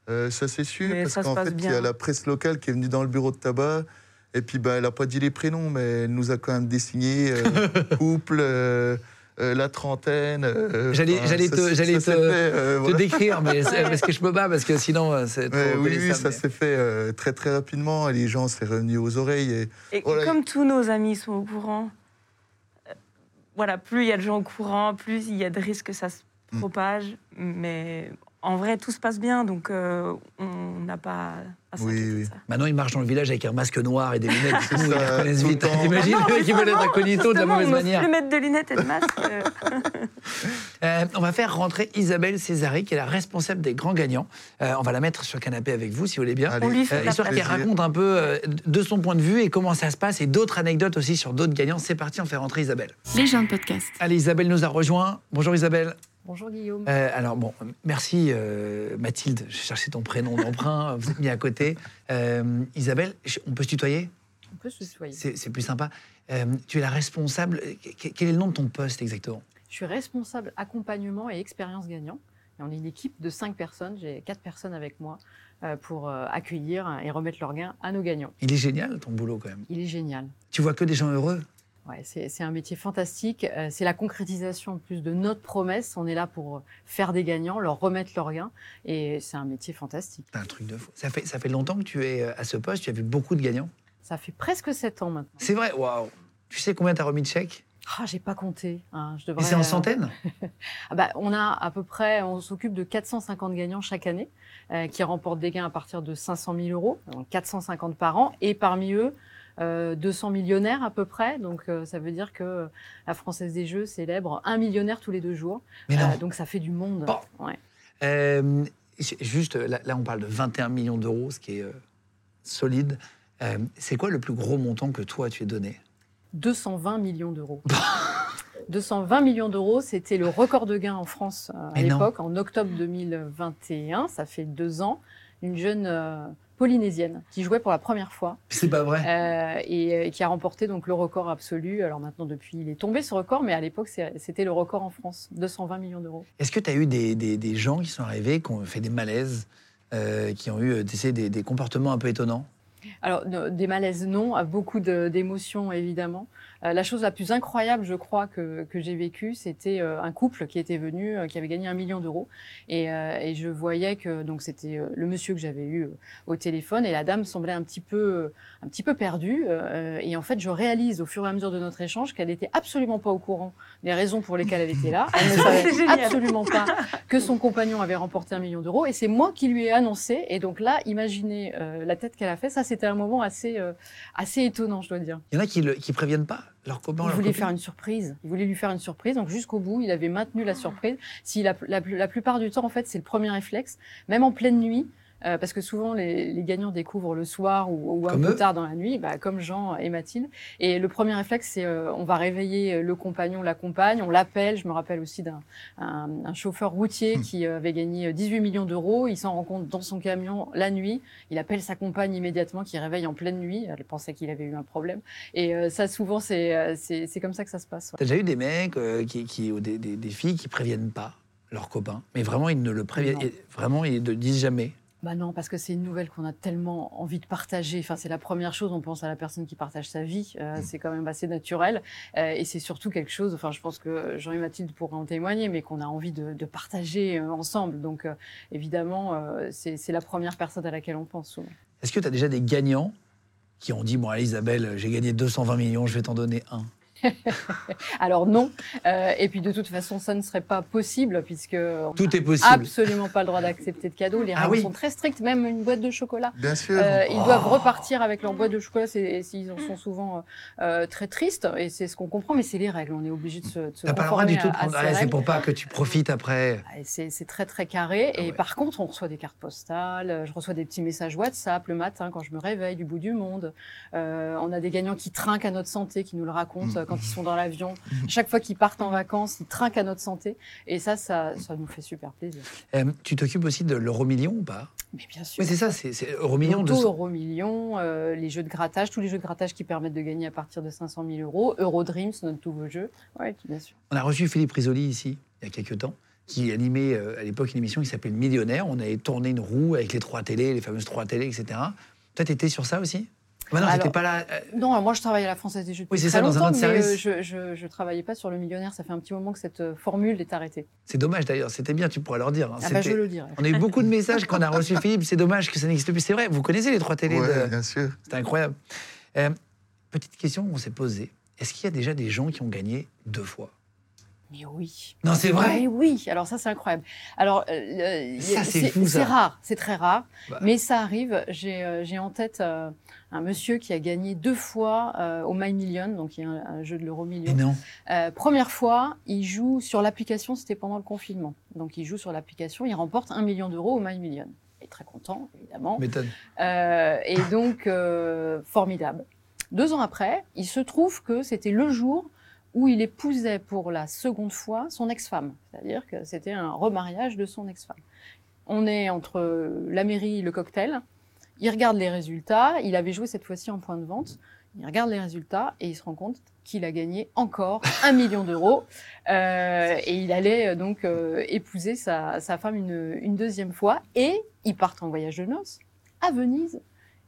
Euh, ça s'est su Ah. Mais parce ça se qu'en passe fait, il y a bien. la presse locale qui est venue dans le bureau de tabac. Et puis, bah, elle n'a pas dit les prénoms, mais elle nous a quand même dessiné euh, couple, euh, euh, la trentaine. euh, J'allais- enfin, j'allais ça te- s'est- j'allais ça s'est te- fait, euh, te voilà. décrire, mais c'est- parce que je me bats, parce que sinon euh, c'est trop Ouais, oui, oui, connaissable, ça mais- s'est fait euh, très très rapidement et les gens s'est revenu aux oreilles. Et... Et Voilà. comme tous nos amis sont au courant, euh, voilà, plus il y a de gens au courant, plus il y a de risques que ça se Mm. propage. Mais en vrai, tout se passe bien, donc euh, on n'a pas à s'inquiéter Oui, de oui. ça. Maintenant, il marche dans le village avec un masque noir et des lunettes. C'est Nous, ils ça, les reconnaissent tout le vite. temps. T'imagines Ah non, le mec qui veut mais ça être va, incognito de la justement, mauvaise on n'ose manière. plus mettre de lunettes et de masque. euh. Euh, on va faire rentrer Isabelle Césari, qui est la responsable des grands gagnants. Euh, on va la mettre sur le canapé avec vous, si vous voulez bien. Allez. on lui fait Euh, de la histoire place. qu'elle plaisir. raconte un peu euh, de son point de vue et comment ça se passe et d'autres anecdotes aussi sur d'autres gagnants. C'est parti, on fait rentrer Isabelle. Les gens de podcast. Allez, Isabelle nous a rejoint. Bonjour Isabelle. Bonjour Guillaume. Euh, alors bon, merci euh, Mathilde, j'ai cherché ton prénom d'emprunt, vous êtes mis à côté. Euh, Isabelle, je- on peut se tutoyer On peut se tutoyer. C'est c'est plus sympa. Euh, tu es la responsable, que- quel est le nom de ton poste exactement Je suis responsable accompagnement et expérience gagnant. Et on est une équipe de cinq personnes. J'ai quatre personnes avec moi euh, pour euh, accueillir et remettre leurs gains à nos gagnants. Il est génial ton boulot quand même. Il est génial. Tu vois que des gens heureux Ouais, c'est c'est un métier fantastique. Euh, c'est la concrétisation en plus de notre promesse. On est là pour faire des gagnants, leur remettre leurs gains. Et c'est un métier fantastique. C'est un truc de fou. Ça fait, ça fait longtemps que tu es euh, à ce poste, tu as vu beaucoup de gagnants. Ça fait presque sept ans maintenant. C'est vrai, waouh Tu sais combien t'as remis de chèques Ah, j'ai pas compté. hein. Je Et devrais. c'est en euh, centaines Ah bah, on a à peu près, on s'occupe de 450 gagnants chaque année euh, qui remportent des gains à partir de 500 000 euros, donc 450 par an, et parmi eux, euh, 200 millionnaires à peu près. Donc euh, ça veut dire que la Française des Jeux célèbre un millionnaire tous les deux jours. Mais non. Bah. Euh, donc ça fait du monde. Bon. Ouais. Euh, ju- juste, là, là, on parle de 21 millions d'euros, ce qui est euh, solide. Euh, c'est quoi le plus gros montant que toi, tu es donné 220 millions d'euros. Bah. 220 millions d'euros, c'était le record de gain en France euh, à Mais non. l'époque, en octobre 2021. Ça fait deux ans. Une jeune euh, polynésienne qui jouait pour la première fois. C'est pas vrai. Euh, et, euh, qui a remporté donc le record absolu. Alors maintenant, depuis, il est tombé ce record, mais à l'époque, c'est- c'était le record en France, 220 millions d'euros. Est-ce que tu as eu des, des- des gens qui sont arrivés, qui ont fait des malaises, euh, qui ont eu euh, tu sais, des, des comportements un peu étonnants Alors ne- des malaises, non, à beaucoup de- d'émotions évidemment. Euh, la chose la plus incroyable, je crois, que, que j'ai vécue, c'était euh, un couple qui était venu, euh, qui avait gagné un million d'euros, et, euh, et je voyais que donc c'était euh, le monsieur que j'avais eu euh, au téléphone, et la dame semblait un petit peu, euh, un petit peu perdue, euh, et en fait je réalise au fur et à mesure de notre échange qu'elle n'était absolument pas au courant des raisons pour lesquelles elle était là. Elle ne C'est savait génial. absolument pas que son compagnon avait remporté un million d'euros et c'est moi qui lui ai annoncé. Et donc là, imaginez euh, la tête qu'elle a fait. Ça, c'était un moment assez, euh, assez étonnant, je dois dire. Il y en a qui ne qui préviennent pas leur copain. Il leur voulait copine. faire une surprise. Il voulait lui faire une surprise. Donc jusqu'au bout, il avait maintenu la surprise. Si la, la- la plupart du temps, en fait, c'est le premier réflexe, même en pleine nuit. euh, parce que souvent, les, les gagnants découvrent le soir ou, ou un Comme peu eux. tard dans la nuit, bah, comme Jean et Mathilde. Et le premier réflexe, c'est euh, on va réveiller le compagnon, la compagne, on l'appelle. Je me rappelle aussi d'un un, un chauffeur routier Hmm. qui euh, avait gagné 18 millions d'euros. Il s'en rend compte dans son camion la nuit. Il appelle sa compagne immédiatement, qui réveille en pleine nuit. Elle pensait qu'il avait eu un problème. Et euh, ça, souvent, c'est euh, c'est c'est comme ça que ça se passe. ouais. T'as déjà eu des mecs euh, qui, qui- ou des, des- des filles qui préviennent pas leur copain, mais vraiment ils ne le préviennent, Non. et vraiment ils ne disent jamais. Bah non, parce que c'est une nouvelle qu'on a tellement envie de partager. Enfin, c'est la première chose. On pense à la personne qui partage sa vie. Euh, Mm. C'est quand même assez naturel. Euh, et c'est surtout quelque chose. Enfin, je pense que Jean et Mathilde pourraient en témoigner, mais qu'on a envie de, de partager euh, ensemble. Donc, euh, évidemment, euh, c'est c'est la première personne à laquelle on pense souvent. Est-ce que tu as déjà des gagnants qui ont dit Bon, allez, Isabelle, j'ai gagné 220 millions, je vais t'en donner un Alors non. Euh, et puis de toute façon, ça ne serait pas possible puisque on Tout est n'a possible. absolument pas le droit d'accepter de cadeaux. Les Ah règles oui. sont très strictes, même une boîte de chocolat. Bien sûr. Euh, Oh. ils doivent repartir avec leur boîte de chocolat c'est- et s'ils en sont souvent euh, euh, très tristes et c'est ce qu'on comprend mais c'est les règles on est obligé de se, de se T'as pas le droit conformer du tout à, de à prendre. ces Ah, c'est règles. pour pas que tu profites après. Ah, et c'est c'est très très carré Ah et ouais. par contre on reçoit des cartes postales, euh, je reçois des petits messages WhatsApp le matin quand je me réveille du bout du monde. Euh, on a des gagnants qui trinquent à notre santé, qui nous le racontent Mm. euh, quand ils sont dans l'avion. Chaque fois qu'ils partent en vacances, ils trinquent à notre santé et ça ça, ça nous fait super plaisir. Euh, tu t'occupes aussi de l'euro million ou pas Mais bien sûr. Oui, c'est ça, c'est c'est euro million. Loto, 200. Euro Million, euh, les jeux de grattage, tous les jeux de grattage qui permettent de gagner à partir de 500 000 euros, Euro Dreams, notre nouveau jeu. Oui, bien sûr. On a reçu Philippe Risoli ici, il y a quelques temps, qui animait euh, à l'époque une émission qui s'appelle Millionnaire. On avait tourné une roue avec les trois télés, les fameuses trois télés, etc. Toi, t'étais sur ça aussi Bah non, Alors- t'étais pas là. euh, Non, moi je travaille à la Française des Jeux depuis Oui, c'est très ça, dans un longtemps, autre mais service. euh, je- je je travaillais pas sur le millionnaire. Ça fait un petit moment que cette euh, formule est arrêtée. C'est dommage d'ailleurs, c'était bien, tu pourras leur dire. hein. Ah bah, je C'était- le dirai. On a eu beaucoup de messages qu'on a reçu Philippe, c'est dommage que ça n'existe plus. C'est vrai, vous connaissez les trois télés Ouais, de- bien sûr. C'est incroyable. Euh, petite question qu'on s'est posée. Est-ce qu'il y a déjà des gens qui ont gagné deux fois Mais oui. Non, c'est vrai Ah, Mais oui. Alors ça, c'est incroyable. Alors euh, le- Ça, c'est c'est fou, ça. c'est rare, c'est très rare, Bah. mais ça arrive. J'ai euh, j'ai en tête euh, un monsieur qui a gagné deux fois euh, au My Million, donc il y a un, un jeu de l'euro million. Mais non. Euh, première fois, il joue sur l'application, c'était pendant le confinement. Donc il joue sur l'application, il remporte un million d'euros au My Million. Il est très content, évidemment. M'étonne. Euh, et donc, euh, formidable. Deux ans après, il se trouve que c'était le jour où il épousait pour la seconde fois son ex-femme. C'est-à-dire que c'était un remariage de son ex-femme. On est entre la mairie et le cocktail. Il regarde les résultats. Il avait joué cette fois-ci en point de vente. Il regarde les résultats et il se rend compte qu'il a gagné encore un million d'euros. Euh, et il allait euh, donc euh, épouser sa, sa femme une, une deuxième fois. Et ils partent en voyage de noces à Venise.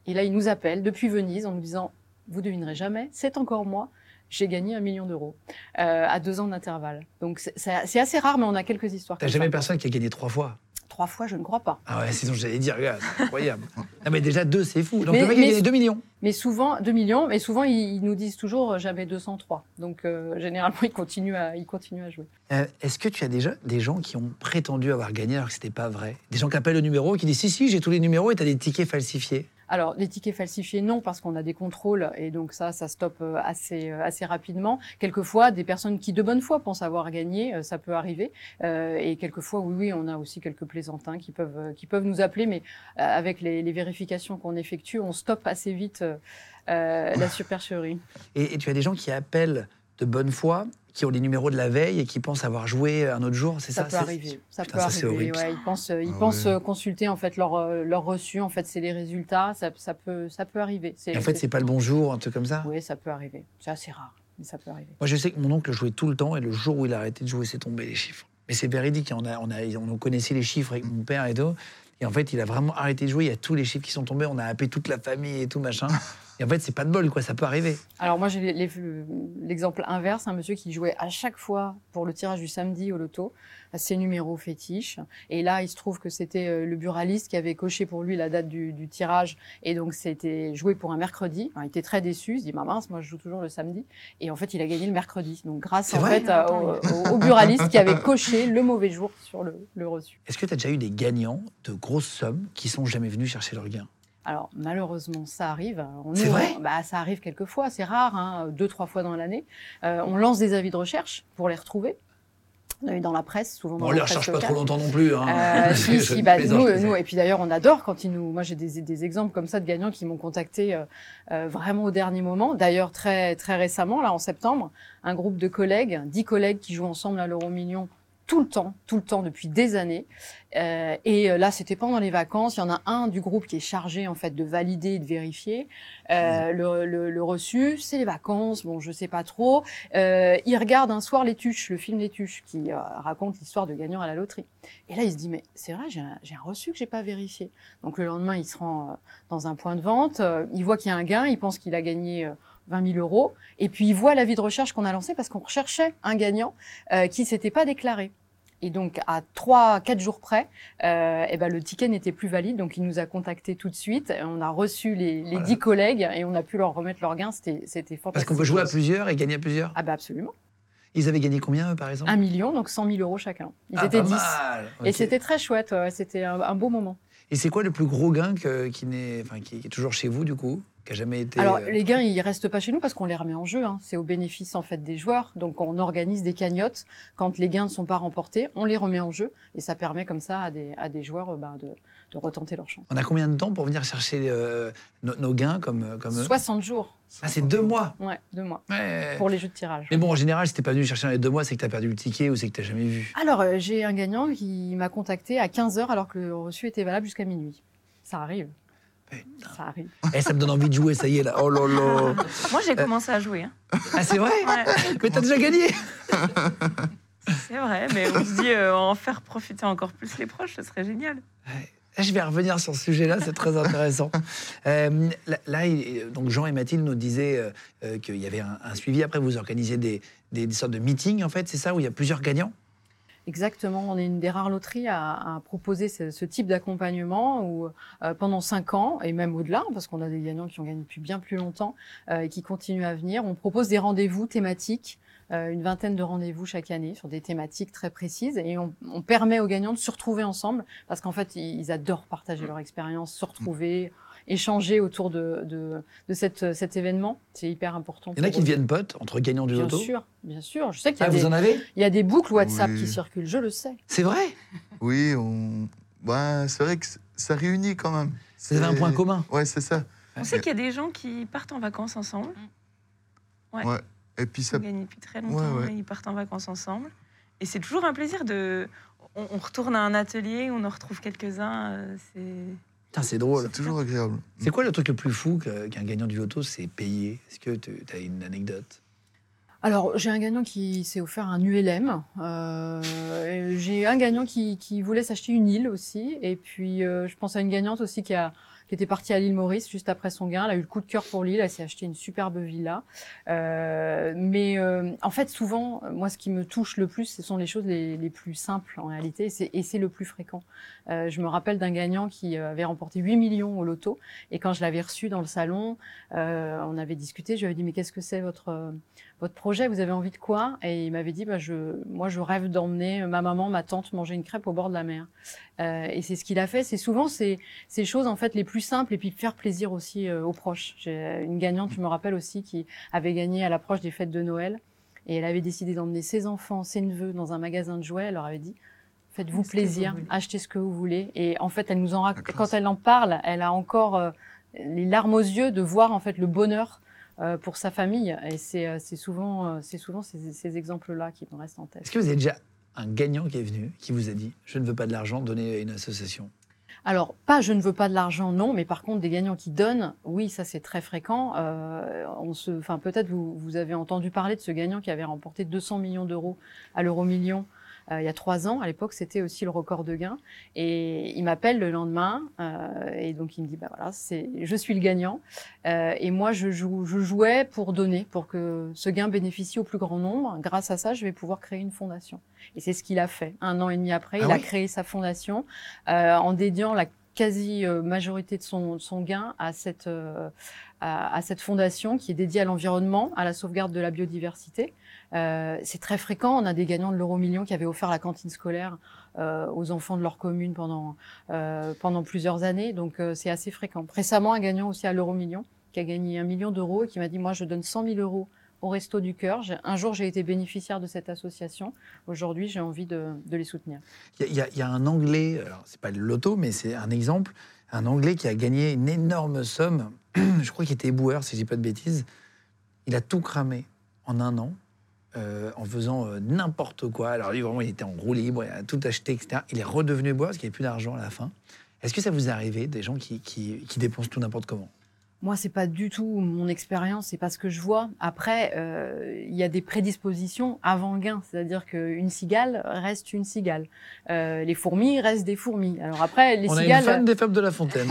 Et là, il nous appelle depuis Venise en nous disant Vous devinerez jamais, c'est encore moi, j'ai gagné un million d'euros euh, à deux ans d'intervalle. Donc c'est- c'est c'est assez rare, mais on a quelques histoires. T'as comme jamais ça. personne qui a gagné trois fois. Trois fois, je ne crois pas. Ah ouais, sinon j'allais dire, regarde, c'est incroyable. Non, mais déjà deux, c'est fou. Donc Mais- le mec, il a mais- gagné 2 millions. Mais souvent, 2 millions, mais souvent, ils, ils nous disent toujours euh, J'avais 203. Donc euh, généralement, ils continuent, à, ils continuent à jouer. Euh, Est-ce que tu as déjà des gens qui ont prétendu avoir gagné alors que c'était pas vrai Des gens qui appellent le numéro, qui disent si, si, j'ai tous les numéros et t'as des tickets falsifiés. Alors, les tickets falsifiés, non, parce qu'on a des contrôles et donc ça, ça stoppe euh, assez, euh, assez rapidement. Quelquefois, des personnes qui de bonne foi pensent avoir gagné, euh, ça peut arriver. Euh, et quelquefois, oui, oui, on a aussi quelques plaisantins qui peuvent, euh, qui peuvent nous appeler, mais euh, avec les, les vérifications qu'on effectue, on stoppe assez vite euh, euh, la supercherie. Et, et tu as des gens qui appellent de bonne foi, qui ont les numéros de la veille et qui pensent avoir joué un autre jour, c'est Ça, ça peut c'est- arriver. Ça Putain, peut ça, c'est arriver. horrible. ouais. ils pensent, ils Ah pensent ouais. euh, consulter en fait leur, euh, leur reçu. En fait, c'est les résultats. Ça, ça peut, ça peut arriver. Et en fait, c'est pas le bon jour, un truc comme ça Oui, ça peut arriver. C'est assez rare, mais ça peut arriver. Moi, je sais que mon oncle jouait tout le temps et le jour où il a arrêté de jouer, c'est tombé les chiffres. Mais c'est véridique, on, a, on, a, on connaissait les chiffres avec mon père et tout. Et en fait, il a vraiment arrêté de jouer, il y a tous les chiffres qui sont tombés, on a happé toute la famille et tout machin. Et en fait, c'est pas de bol, quoi, ça peut arriver. Alors moi j'ai les- les- l'exemple inverse, un monsieur qui jouait à chaque fois pour le tirage du samedi au loto à ses numéros fétiches. Et là il se trouve que c'était euh, le buraliste qui avait coché pour lui la date du, du tirage et donc c'était joué pour un mercredi. Alors, il était très déçu, il se dit bah mince moi je joue toujours le samedi et en fait il a gagné le mercredi. Donc grâce C'est en vrai hein, fait à- au, au- au buraliste qui avait coché le mauvais jour sur le, le reçu. Est-ce que tu as déjà eu des gagnants de grosses sommes qui sont jamais venus chercher leur gain Alors malheureusement, ça arrive. On C'est nous- vrai bah, Ça arrive quelquefois, c'est rare, hein, deux, trois fois dans l'année. Euh, on lance des avis de recherche pour les retrouver. On a eu dans la presse, souvent dans On ne la les presse recherche pas locale. trop longtemps non plus. hein. Euh, si, Je si, bah, plaisante, nous, je plaisante. nous, et puis d'ailleurs, on adore quand ils nous. Moi, j'ai des, des exemples comme ça de gagnants qui m'ont contacté euh, euh, vraiment au dernier moment. D'ailleurs, très, très récemment, là, en septembre, un groupe de collègues, dix collègues qui jouent ensemble à l'Euro Million tout le temps, tout le temps depuis des années. Euh, et euh, là, c'était pendant les vacances. Il y en a un du groupe qui est chargé en fait de valider et de vérifier euh, Hmm. le, le- le reçu. C'est les vacances. Bon, je sais pas trop. Euh, il regarde un soir Les Tuches, le film Les Tuches, qui euh, raconte l'histoire de gagnants à la loterie. Et là, il se dit, mais c'est vrai, j'ai un, j'ai un reçu que j'ai pas vérifié. Donc le lendemain, il se rend euh, dans un point de vente, euh, il voit qu'il y a un gain, il pense qu'il a gagné euh, 20 000 euros, et puis il voit l'avis de recherche qu'on a lancé parce qu'on recherchait un gagnant euh, qui s'était pas déclaré. Et donc à trois, quatre jours près, euh, eh ben, le ticket n'était plus valide, donc il nous a contactés tout de suite. Et on a reçu les, les Voilà. 10 collègues et on a pu leur remettre leur gain. C'était c'était fantastique. Parce qu'on peut jouer à plusieurs et gagner à plusieurs. Ah bah absolument. Ils avaient gagné combien, eux, par exemple Un million, donc 100 000 euros chacun. Ils Ah, étaient pas 10. mal. Et Ok. c'était très chouette, ouais, c'était un- un beau moment. Et c'est quoi le plus gros gain que- qui, n'est, enfin, qui, qui est toujours chez vous, du coup Qui a jamais été. Alors, euh, les gains, ils restent pas chez nous parce qu'on les remet en jeu. hein. C'est au bénéfice en fait des joueurs. Donc, on organise des cagnottes. Quand les gains ne sont pas remportés, on les remet en jeu et ça permet comme ça à des, à des joueurs euh, ben, de, de retenter leur chance. On a combien de temps pour venir chercher euh, nos, nos gains comme, comme eux 60 jours, Ah, c'est deux mois ouais, deux mois Ouais. pour les jeux de tirage. Mais bon, en général, si t'es pas venu chercher dans les deux mois, c'est que t'as perdu le ticket ou c'est que t'as jamais vu. Alors, euh, j'ai un gagnant qui m'a contacté à 15 heures alors que le reçu était valable jusqu'à minuit. Ça arrive. Ça arrive. Eh, ça me donne envie de jouer, ça y est, là. Oh là là Moi, j'ai commencé à jouer. hein. Ah, c'est vrai Ouais, Mais t'as déjà gagné c'est vrai, mais on se dit euh, en faire profiter encore plus les proches, ce serait génial. Eh, Je vais revenir sur ce sujet-là, c'est très intéressant. Euh, là, là, il- donc Jean et Mathilde nous disaient euh, euh, qu'il y avait un, un suivi. Après, vous organisez des, des- des sortes de meetings, en fait, c'est ça, où il y a plusieurs gagnants Exactement, on est une des rares loteries à, à proposer ce, ce type d'accompagnement où euh, pendant cinq ans et même au-delà, parce qu'on a des gagnants qui ont gagné depuis bien plus longtemps euh, et qui continuent à venir, on propose des rendez-vous thématiques euh, une vingtaine de rendez-vous chaque année sur des thématiques très précises et on, on permet aux gagnants de se retrouver ensemble parce qu'en fait, ils, ils adorent partager leur expérience, se retrouver, échanger autour de, de, de cette, cet événement. C'est hyper important. Il y en a pour qui eux. deviennent potes entre gagnants du Bien loto. sûr, bien sûr. Je sais qu'il y, a Ah, vous des- en avez il y a des boucles WhatsApp Oui. qui circulent, je le sais. C'est vrai Oui, on... ben, c'est vrai que c- ça réunit quand même. Vous avez un point commun. Ouais, c'est ça. On sait qu'il y a des gens qui partent en vacances ensemble. Ouais. Ouais. Et puis On ça. gagne depuis très longtemps. et ouais. Ils partent en vacances ensemble. Et c'est toujours un plaisir de. On, on retourne à un atelier, on en retrouve quelques-uns. euh, c'est. Putain, c'est drôle. C'est toujours agréable. C'est quoi le truc le plus fou que- qu'un gagnant du loto s'est payé Est-ce que tu as une anecdote Alors, j'ai un gagnant qui s'est offert un ULM. euh, et j'ai un gagnant qui, qui voulait s'acheter une île aussi. Et puis, euh, je pense à une gagnante aussi qui, a, qui était partie à l'île Maurice juste après son gain. Elle a eu le coup de cœur pour l'île. Elle s'est acheté une superbe villa. Euh, mais euh, en fait, souvent, moi, ce qui me touche le plus, ce sont les choses les, les plus simples en réalité. Et c'est- Et c'est le plus fréquent. Euh, je me rappelle d'un gagnant qui euh, avait remporté 8 millions au loto. Et quand je l'avais reçu dans le salon, euh, on avait discuté. Je lui avais dit, mais qu'est-ce que c'est votre... euh, votre projet, vous avez envie de quoi Et il m'avait dit, bah, je, moi, je rêve d'emmener ma maman, ma tante manger une crêpe au bord de la mer. Euh, et c'est ce qu'il a fait. C'est souvent ces, ces choses en fait les plus simples et puis faire plaisir aussi euh, aux proches. J'ai une gagnante, je me rappelle aussi, qui avait gagné à l'approche des fêtes de Noël et elle avait décidé d'emmener ses enfants, ses neveux dans un magasin de jouets. Elle leur avait dit. Faites-vous Achetez ce que vous plaisir, voulez. achetez ce que vous voulez. Et en fait, elle nous en rac- La classe. quand elle en parle, elle a encore euh, les larmes aux yeux de voir en fait le bonheur euh, pour sa famille. Et c'est euh, c'est souvent, euh, c'est souvent ces, ces exemples-là qui me restent en tête. Est-ce que vous avez déjà un gagnant qui est venu, qui vous a dit Je ne veux pas de l'argent, donnez à une association Alors, pas je ne veux pas de l'argent, non, mais par contre, des gagnants qui donnent, oui, ça c'est très fréquent. Euh, on se, enfin, peut-être vous, vous avez entendu parler de ce gagnant qui avait remporté 200 millions d'euros à l'euro million euh, il y a trois ans. À l'époque, c'était aussi le record de gain. Et il m'appelle le lendemain euh, et donc il me dit, bah voilà, c'est, je suis le gagnant. Euh, et moi, je, joue, je jouais pour donner, pour que ce gain bénéficie au plus grand nombre. Grâce à ça, je vais pouvoir créer une fondation. Et c'est ce qu'il a fait. Un an et demi après, Ah il a oui créé sa fondation euh, en dédiant la quasi-majorité de son, de son gain à cette, euh, à, à cette fondation qui est dédiée à l'environnement, à la sauvegarde de la biodiversité. Euh, c'est très fréquent, on a des gagnants de l'euro million qui avaient offert la cantine scolaire euh, aux enfants de leur commune pendant, euh, pendant plusieurs années, donc euh, c'est assez fréquent. Récemment, un gagnant aussi à l'euro million qui a gagné un million d'euros et qui m'a dit, moi je donne 100 000 euros au Resto du Cœur. J'ai- Un jour, j'ai été bénéficiaire de cette association. Aujourd'hui, j'ai envie de, de les soutenir. Il y, a- il y a- il y a un Anglais, alors c'est pas le loto, mais c'est un exemple, un Anglais qui a gagné une énorme somme, je crois qu'il était éboueur, si je dis pas de bêtises. Il a tout cramé en un an, euh, en faisant euh, n'importe quoi. Alors lui, vraiment, il était en roue libre, il a tout acheté, etc. Il est redevenu éboueur parce qu'il n'y avait plus d'argent à la fin. Est-ce que ça vous est arrivé, des gens qui, qui- qui dépensent tout n'importe comment Moi, c'est pas du tout mon expérience, c'est pas ce que je vois. Après, euh, il y a des prédispositions avant le gain, c'est-à-dire qu'une cigale reste une cigale, Euh, les fourmis restent des fourmis. Alors après, les On a une cigales, fan des Fables de la Fontaine.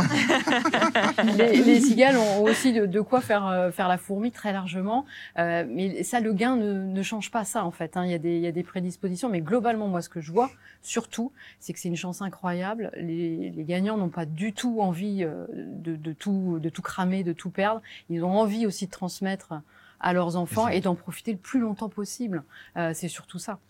les, les cigales ont aussi de, de quoi faire euh, faire la fourmi très largement. Euh, mais ça, le gain ne, ne change pas ça en fait. hein. Il y a des il y a des prédispositions, mais globalement, moi, ce que je vois surtout, c'est que c'est une chance incroyable. Les, les gagnants n'ont pas du tout envie euh, de, de tout de tout cramer, de tout perdre. Ils ont envie aussi de transmettre à leurs enfants et d'en profiter le plus longtemps possible. Euh, c'est surtout ça.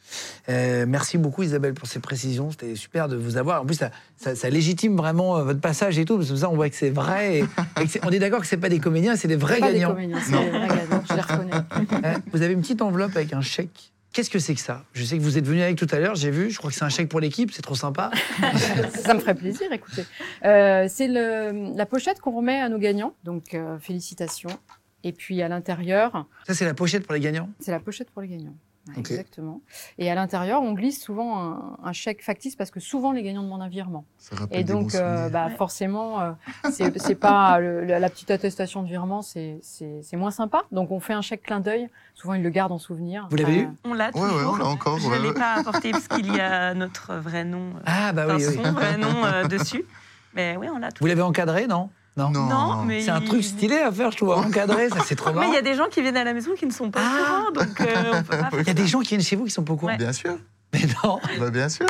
Euh, merci beaucoup Isabelle pour ces précisions. C'était super de vous avoir. En plus, ça, ça- ça légitime vraiment euh, votre passage et tout. Parce que ça, on voit que c'est vrai. Et, et que c'est- on est d'accord que c'est pas des comédiens, c'est des vrais Pas des gagnants. comédiens, c'est des vrais gagnants, je les reconnais. Euh, vous avez une petite enveloppe avec un chèque. Qu'est-ce que c'est que ça Je sais que vous êtes venu avec tout à l'heure. J'ai vu. Je crois que c'est un chèque pour l'équipe. C'est trop sympa. Ça me ferait plaisir, écoutez. Euh, c'est le- la pochette qu'on remet à nos gagnants, donc euh, félicitations. Et puis à l'intérieur, Ça, c'est la pochette pour les gagnants. c'est la pochette pour les gagnants. Ouais, Ok. Exactement. Et à l'intérieur, on glisse souvent un, un chèque factice parce que souvent les gagnants demandent un virement. Ça rappelle Et des donc, bons euh, souvenirs. bah, forcément, euh, c'est c'est pas le- la, la petite attestation de virement, c'est c'est- c'est moins sympa. Donc, on fait un chèque clin d'œil. Souvent, ils le gardent en souvenir. Vous l'avez Euh, eu On l'a Ouais, ouais, toujours. on l'a encore, Je ouais, l'ai ouais. pas apporté parce qu'il y a notre vrai nom, euh, Ah bah enfin, oui. oui. son vrai nom euh, dessus. Mais oui, on l'a Vous toujours. l'avez encadré, non Non. Non. mais C'est un il- truc stylé à faire, je trouve. Encadré, ça c'est trop Mais marrant. il y a des gens qui viennent à la maison qui ne sont pas Ah. au courant, donc euh, on peut pas Il y a des gens qui viennent chez vous qui sont pas au courant. Ouais. Bien sûr. Mais non. Bah, bien sûr.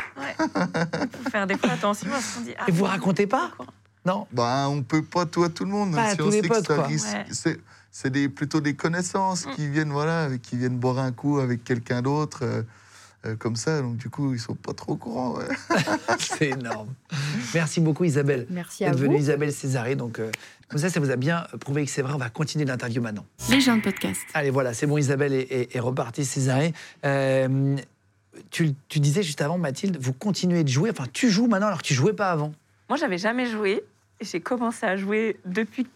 faire des fois attention à ce qu'on dit. Ah, Et vous racontez pas d'accord. Non Ben, on peut pas tout à tout le monde. hein, Pas à si tous on les sait que potes, ça quoi. risque- Ouais. c'est- c'est des, plutôt des connaissances qui viennent voilà, qui viennent boire un coup avec quelqu'un d'autre, euh, euh, comme ça. Donc du coup, ils sont pas trop au courant. ouais. C'est énorme. Merci beaucoup, Isabelle. Merci Vous à êtes venue, vous. Isabelle Césaré. Donc, euh, comme ça, ça vous a bien prouvé que c'est vrai. On va continuer l'interview maintenant. Les gens de podcast. Allez, voilà, c'est bon, Isabelle est, est- est repartie, Césaré. Euh, tu, tu disais juste avant, Mathilde, vous continuez de jouer. Enfin, tu joues maintenant alors que tu jouais pas avant. Moi, j'avais jamais joué. Et j'ai commencé à jouer depuis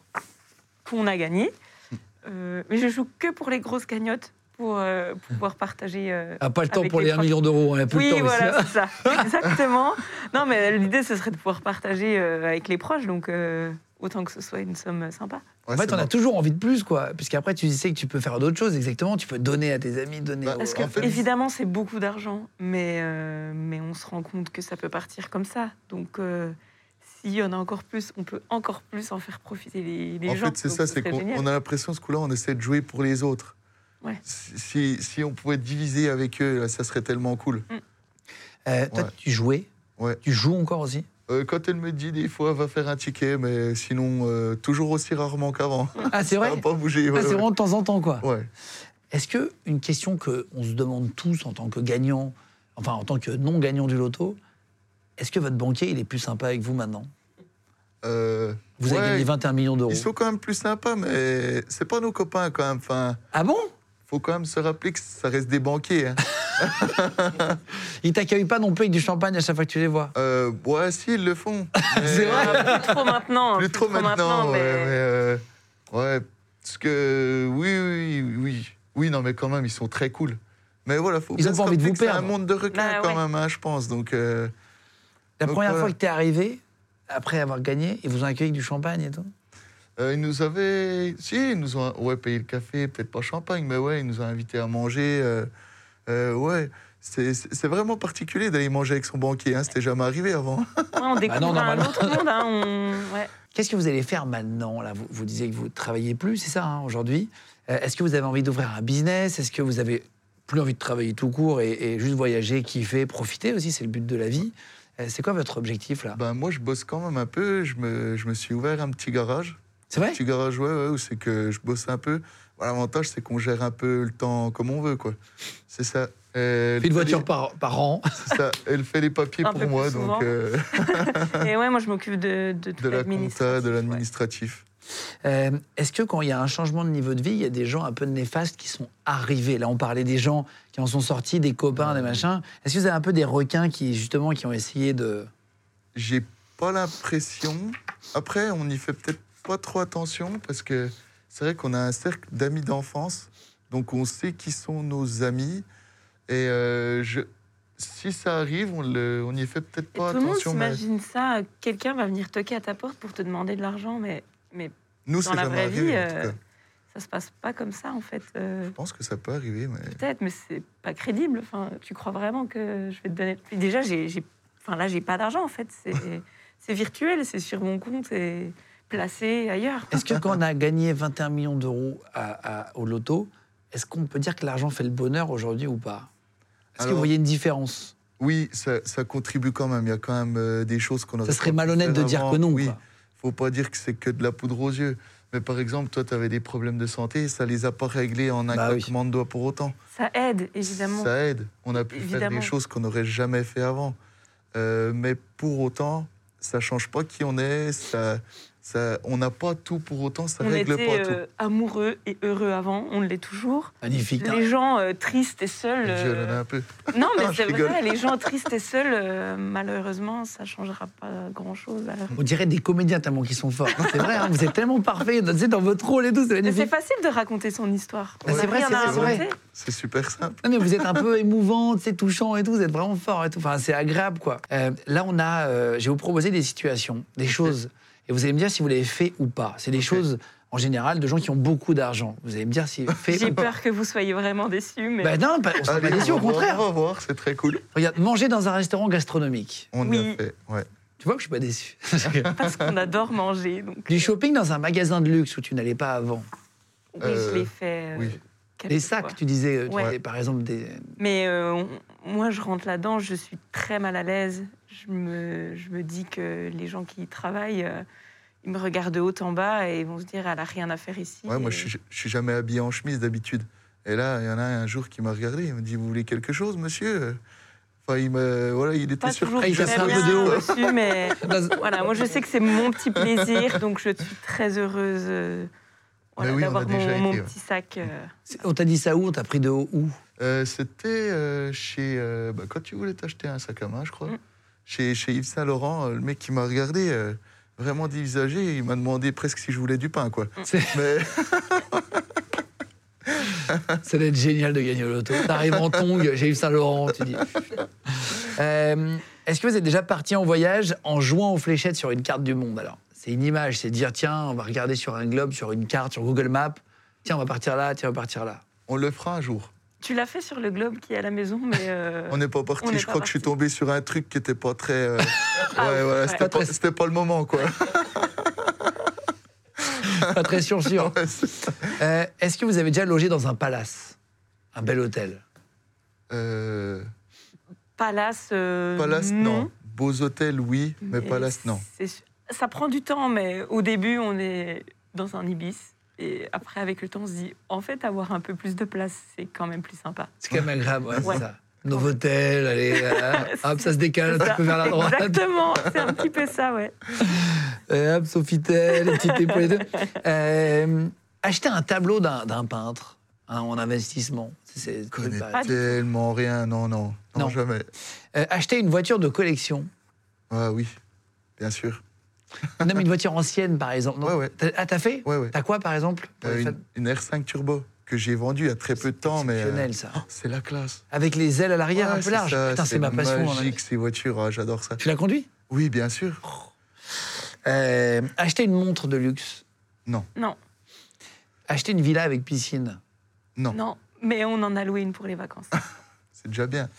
qu'on a gagné. Euh, mais je joue que pour les grosses cagnottes, pour euh, pouvoir partager. euh, Ah, pas le temps Avec pour les les 1 proches. million d'euros. On a plus Oui, le temps aussi, hein. voilà, là. c'est ça. Exactement. Non, mais l'idée, ce serait de pouvoir partager euh, avec les proches, donc euh, autant que ce soit une somme sympa. Ouais, en fait, c'est on a marrant. toujours envie de plus, quoi. Puisqu'après, tu sais que tu peux faire d'autres choses, exactement. Tu peux donner à tes amis, donner. Bah, aux- Parce que, en fait- évidemment, c'est beaucoup d'argent, mais, euh, mais on se rend compte que ça peut partir comme ça. Donc, euh, s'il y en a encore plus, on peut encore plus en faire profiter les, les en gens. fait, c'est Donc, ça, ce c'est serait qu'on génial. on a l'impression, ce coup-là, on essaie de jouer pour les autres. Ouais. Si, si on pouvait diviser avec eux, là, ça serait tellement cool. Euh, toi, Ouais. tu jouais. Ouais. Tu joues encore aussi. Euh, quand elle me dit des fois, va faire un ticket, mais sinon, euh, toujours aussi rarement qu'avant. Ah, c'est Ça vrai. n'a pas bougé. Ah, ouais, c'est vraiment de temps en temps, quoi. ouais. Ouais. Est-ce que une question que on se demande tous en tant que gagnant, enfin en tant que non gagnant du loto, est-ce que votre banquier il est plus sympa avec vous maintenant Euh, Vous ouais, avez gagné 21 millions d'euros. Ils sont quand même plus sympas, mais c'est pas nos copains quand même. Enfin, Ah bon faut quand même se rappeler que ça reste des banquiers. hein. Ils t'accueillent pas non plus avec du champagne à chaque fois que tu les vois. Euh, ouais, si, ils le font. C'est Mais- vrai Ah, plus trop maintenant. hein, Plus trop maintenant. ouais, mais- mais, euh, ouais, parce que oui, oui, oui, oui, non, mais quand même, ils sont très cool. Mais voilà, faut Ils bien ont se pas envie de rappeler vous que C'est un perdre. monde de requins Bah, quand ouais. même, hein, je pense. Donc, euh, La Donc, euh, première voilà. fois que t'es arrivé, après avoir gagné, ils vous ont accueilli avec du champagne et tout. euh, ils nous avaient, si, ils nous ont, ouais, payé le café, peut-être pas champagne, mais ouais, ils nous ont invités à manger. euh, euh, ouais, c'est- c'est c'est vraiment particulier d'aller manger avec son banquier. Hein, C'était jamais arrivé avant. Ouais, on découvre Bah non, un normalement. autre monde. hein, on- ouais. Qu'est-ce que vous allez faire maintenant Là, vous, vous disiez que vous travaillez plus, c'est ça hein, aujourd'hui. Euh, Est-ce que vous avez envie d'ouvrir un business Est-ce que vous avez plus envie de travailler tout court et, et juste voyager, kiffer, profiter aussi C'est le but de la vie. Euh, c'est quoi votre objectif là Ben, moi, je bosse quand même un peu. Je me, je me suis ouvert un petit garage. C'est vrai petit garage, ouais, ouais, où c'est que je bosse un peu. Bon, L'avantage, c'est qu'on gère un peu le temps comme on veut, quoi. C'est ça. Euh, Une elle fait voiture les- par, par an. c'est ça. Elle fait les papiers Un pour peu plus moi, souvent. donc euh, Et ouais, moi, je m'occupe de, de tout de la compta, l'administratif, de ouais. l'administratif. Euh, Est-ce que quand il y a un changement de niveau de vie, il y a des gens un peu néfastes qui sont arrivés Là, on parlait des gens qui en sont sortis, des copains, des machins. Est-ce que vous avez un peu des requins qui, justement, qui ont essayé de. J'ai pas l'impression. Après, on n'y fait peut-être pas trop attention parce que c'est vrai qu'on a un cercle d'amis d'enfance, donc on sait qui sont nos amis. Et euh, je... si ça arrive, on le- on n'y fait peut-être Et pas tout le monde attention. mais s'imagine ça. Quelqu'un va venir toquer à ta porte pour te demander de l'argent, mais, mais nous, dans c'est la jamais vraie vie, arrivé. en tout euh, cas. ça se passe pas comme ça, en fait. euh, Je pense que ça peut arriver, mais. Peut-être, mais c'est pas crédible. Enfin, tu crois vraiment que je vais te donner. Puis déjà, j'ai, j'ai- enfin là, j'ai pas d'argent en fait. C'est, c'est virtuel, c'est sur mon compte, c'est placé ailleurs. Est-ce que quand on a gagné 21 millions d'euros à- à- au loto, est-ce qu'on peut dire que l'argent fait le bonheur aujourd'hui ou pas Est-ce que vous Alors- voyez une différence Oui, ça, ça contribue quand même. Il y a quand même euh, des choses qu'on aurait Ça serait pas pu malhonnête de faire dire avant. que non. Oui, quoi. faut pas dire que c'est que de la poudre aux yeux. Mais par exemple, toi, tu avais des problèmes de santé, ça les a pas réglés en un Bah oui. claquement de doigts pour autant. Ça aide évidemment. Ça aide. On a pu faire Évidemment. des choses qu'on n'aurait jamais fait avant. Euh, mais pour autant, ça change pas qui on est. Ça, ça, on n'a pas tout pour autant. Ça on règle était pas tout. euh, amoureux et heureux avant, on l'est toujours. Magnifique. hein. Les gens euh, tristes et seuls. Je euh, violonne un peu. Non, mais Ah, je c'est rigole. vrai, les gens tristes et seuls, euh, malheureusement, ça changera pas grand-chose. alors. On dirait des comédiens tellement qu'ils sont forts. C'est vrai, hein, vous êtes tellement parfaits tu sais, dans votre rôle et tout, c'est Mais c'est magnifique. facile de raconter son histoire. Ah, On c'est a vrai, rien c'est à vrai, c'est inventer. C'est super simple. Non, mais vous êtes un peu émouvant, tu sais, touchant et tout, vous êtes vraiment fort et tout. Enfin, c'est agréable, quoi. Euh, là, on a. euh, je vais vous proposer des situations, des choses. Et vous allez me dire si vous l'avez fait ou pas. C'est des choses, en général, de gens qui ont beaucoup d'argent. Vous allez me dire si fait J'ai ou pas. peur que vous soyez vraiment déçus, Bah, mais. Ben non, pas- on s'en Allez, pas déçus, au on va voir, contraire. On va voir, c'est très cool. Regarde, manger dans un restaurant gastronomique. On Oui. l'a fait. Ouais. Tu vois que je suis pas déçu. parce qu'on adore manger. Donc, du shopping dans un magasin de luxe où tu n'allais pas avant. oui, Euh, je l'ai fait. euh, oui. quelques Les sacs, fois. tu disais, tu Ouais. avais, par exemple des. Mais euh, on- moi, je rentre là-dedans, je suis très mal à l'aise Je me, je me dis que les gens qui y travaillent, euh, ils me regardent de haut en bas et ils vont se dire, elle a rien à faire ici. Ouais, moi, Et- je suis, je suis jamais habillé en chemise d'habitude. Et là, il y en a un jour qui m'a regardé. Il m'a dit Vous voulez quelque chose, monsieur Enfin, il me. Voilà, il était pas toujours surpris. Ah, il très t'a fait un peu bien de haut. reçu, mais Dans- voilà, moi je sais que c'est mon petit plaisir, donc je suis très heureuse euh, voilà, Mais oui, on a d'avoir déjà mon, été, mon ouais. petit sac. euh, C'est- On t'a dit ça où On t'a pris de haut où Euh, C'était euh, chez. euh, bah, quand tu voulais t'acheter un sac à main, je crois. Mm. Chez, chez Yves Saint Laurent, euh, le mec qui m'a regardé, euh, vraiment dévisagé, il m'a demandé presque si je voulais du pain, quoi. Mm. C'est- Mais Ça doit être génial de gagner au loto. T'arrives en tongue, j'ai eu Saint-Laurent, tu dis. Euh, Est-ce que vous êtes déjà parti en voyage en jouant aux fléchettes sur une carte du monde alors C'est une image, c'est de dire tiens, on va regarder sur un globe, sur une carte, sur Google Maps, tiens, on va partir là, tiens, on va partir là. on le fera un jour. Tu l'as fait sur le globe qui est à la maison, mais euh, On n'est pas parti. on Je n'est crois pas que je suis parti. tombé sur un truc qui était pas très. euh, Ah, ouais, voilà, ouais. c'était pas, c'était pas le moment, quoi. Pas très sûr, sûr. Ouais, c'est ça. Euh, Est-ce que vous avez déjà logé dans un palace Un bel hôtel Euh, Palace. euh, Palace, non. Beaux hôtels, oui, mais Et Palace, non. c'est su- Ça prend du temps, mais au début, on est dans un ibis. Et après, avec le temps, on se dit, en fait, avoir un peu plus de place, c'est quand même plus sympa. C'est quand même agréable, ouais, Ouais. c'est ça. Novotel, allez, euh, hop, ça se décale un C'est petit ça. peu vers la droite. Exactement, c'est un petit peu ça, ouais. Euh, hop, Sofitel, les petites épaules et tout. Euh, acheter un tableau d'un d'un peintre hein, en investissement. c'est- c'est- Je connais bah, pas du tout. tellement rien, non, non, non, Non. jamais. euh, acheter une voiture de collection. Ah oui, bien sûr. Non, mais une voiture ancienne, par exemple. Non, Ouais, ouais. t'as- Ah, t'as fait Ouais, ouais. T'as quoi, par exemple pour Euh, les fans une, une R5 Turbo que j'ai vendue il y a très peu de temps, mais euh, Exceptionnel, ça. oh, c'est la classe. Avec les ailes à l'arrière Ouais, un peu c'est larges. ça, Putain, c'est ma passion. hein. Magique ces voitures, ah, j'adore ça. Tu l'as conduit Oui, bien sûr. Euh, Acheter une montre de luxe. Non, Acheter une villa avec piscine. Non, non, mais on en a loué une pour les vacances. c'est déjà bien.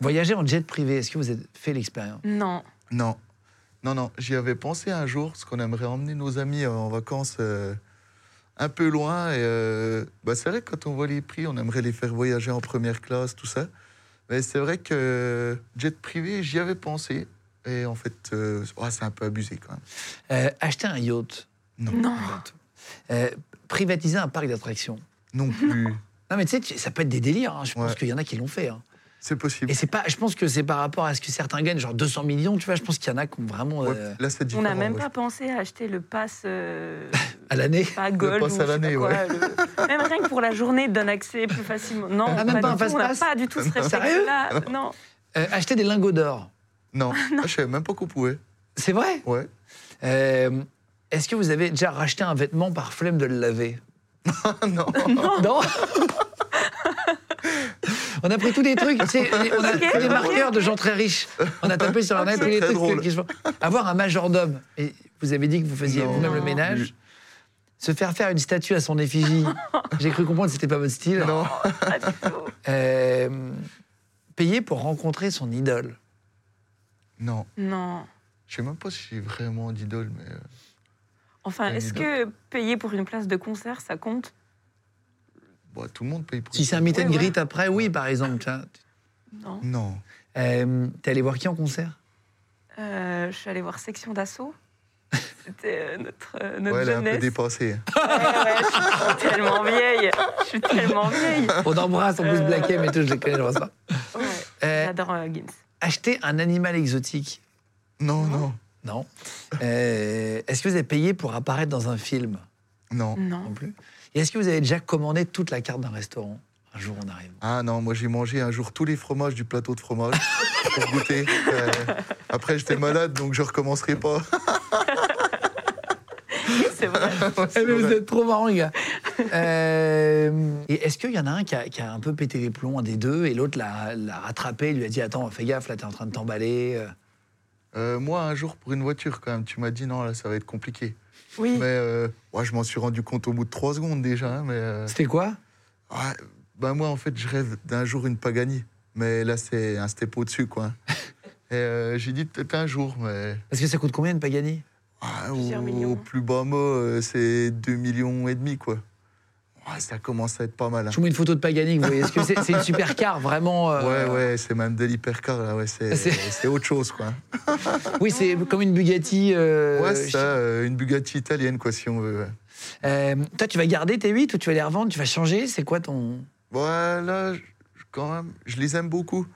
Voyager en jet privé. Est-ce que vous avez fait l'expérience Non, Non, non, non. J'y avais pensé un jour, parce qu'on aimerait emmener nos amis euh, en vacances euh, un peu loin. Et euh, bah, c'est vrai que quand on voit les prix, on aimerait les faire voyager en première classe, tout ça. Mais c'est vrai que euh, jet privé, j'y avais pensé. Et en fait, euh, ah, c'est un peu abusé quand même. Euh, Acheter un yacht. Non, non. Euh, privatiser un parc d'attractions. non plus. Non, mais tu sais, tu- ça peut être des délires. hein. Je pense Ouais. qu'il y en a qui l'ont fait. hein. C'est possible. Et c'est pas, je pense que c'est par rapport à ce que certains gagnent, genre 200 millions, tu vois. Je pense qu'il y en a qui ont vraiment Ouais, euh, là, c'est On différent. n'a même ouais. pas pensé à acheter le pass. euh, à l'année. pas gold. pass ou à je sais pas l'année, quoi, ouais. le- Même rien que pour la journée, donne accès plus facilement. Non, Ah, même pas pas du un tout, on n'a fast-pass pas du tout ce Sérieux réflexe-là. Non. Euh, acheter des lingots d'or. Non, Ah, je savais même pas qu'on pouvait. C'est vrai. Ouais. Euh, Est-ce que vous avez déjà racheté un vêtement par flemme de le laver non. Non. On a pris tous les trucs, tu sais, on a Ok, tous les ok. marqueurs de gens très riches. On a tapé sur internet C'est tous les très trucs drôle. que- qui se font. Avoir un majordome, et vous avez dit que vous faisiez Non. vous-même le Non. ménage. Se faire faire une statue à son effigie. J'ai cru comprendre que c'était pas votre style. Non. Pas du tout. Euh, payer pour rencontrer son idole. Non. Non. Je sais même pas si j'ai vraiment d'idole, mais. euh, Enfin, Pas est-ce évident. que payer pour une place de concert, ça compte bah, tout le monde paye pour Si c'est un meet mité and Ouais, ouais. greet après, oui, par exemple. tiens. Non. Non. Euh, T'es allé voir qui en concert Euh, je suis allée voir Section d'Assaut. C'était euh, notre, euh, notre ouais, elle est un peu jeunesse. dépassée. Je suis tellement vieille. Je suis tellement vieille. On embrasse, en plus, Euh. Black M et tout, je les connais, je pense pas. Ouais, Euh, J'adore euh, Gims. acheter un animal exotique. Non, non, Non. Euh, est-ce que vous avez payé pour apparaître dans un film non. Non Non. plus. Et est-ce que vous avez déjà commandé toute la carte d'un restaurant Un jour, on arrive. Ah non, moi j'ai mangé un jour tous les fromages du plateau de fromage pour goûter. Euh, après j'étais malade, donc je recommencerai pas. C'est vrai. Eh, mais vous êtes trop marrant, les gars. Euh, et est-ce qu'il y en a un qui a, qui a un peu pété les plombs, un des deux, et l'autre l'a, l'a rattrapé, lui a dit Attends, fais gaffe, là, t'es en train de t'emballer. euh. Euh, moi un jour pour une voiture quand même, tu m'as dit non là ça va être compliqué. Oui. Mais euh, ouais, je m'en suis rendu compte au bout de trois secondes déjà. hein, mais euh, C'était quoi ouais, bah moi en fait je rêve d'un jour une Pagani, mais là c'est un step au dessus quoi. Et euh, j'ai dit peut-être un jour, mais Parce que ça coûte combien une Pagani Ah, Plusieurs au, millions. au plus bas mot, euh, c'est 2 millions et demi, quoi. Ouais, ça commence à être pas mal. hein. Je vous mets une photo de Pagani, vous voyez. Est-ce que c'est c'est une supercar vraiment euh, Ouais, ouais, c'est même de l'hypercar, là, ouais, c'est C'est- c'est autre chose, quoi. Oui, c'est comme une Bugatti. euh, ouais, ça, euh, une Bugatti italienne, quoi, si on veut. ouais. Euh, toi, tu vas garder tes 8 ou tu vas les revendre Tu vas changer C'est quoi ton. Voilà, je- quand même, je les aime beaucoup.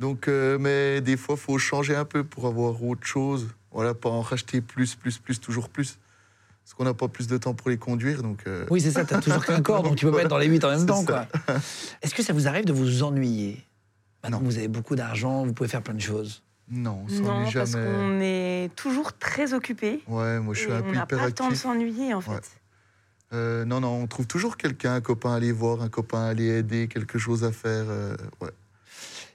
Donc, euh, mais des fois, faut changer un peu pour avoir autre chose. Voilà, pas en racheter plus, plus, plus, toujours plus. Parce qu'on n'a pas plus de temps pour les conduire, donc... euh, Oui, c'est ça, t'as toujours qu'un corps, donc tu peux pas être dans les 8 en même C'est temps, ça. Ah quoi. Est-ce que ça vous arrive de vous ennuyer Maintenant Non. que vous avez beaucoup d'argent, vous pouvez faire plein de choses. Non, on Non, s'ennuie parce jamais. qu'on est toujours très occupé. Ouais, moi, je suis et un on peu n'a pas le temps de hyperactif. s'ennuyer, en fait. Ouais. Euh, non, non, on trouve toujours quelqu'un, un copain à aller voir, un copain à aller aider, quelque chose à faire. euh, ouais.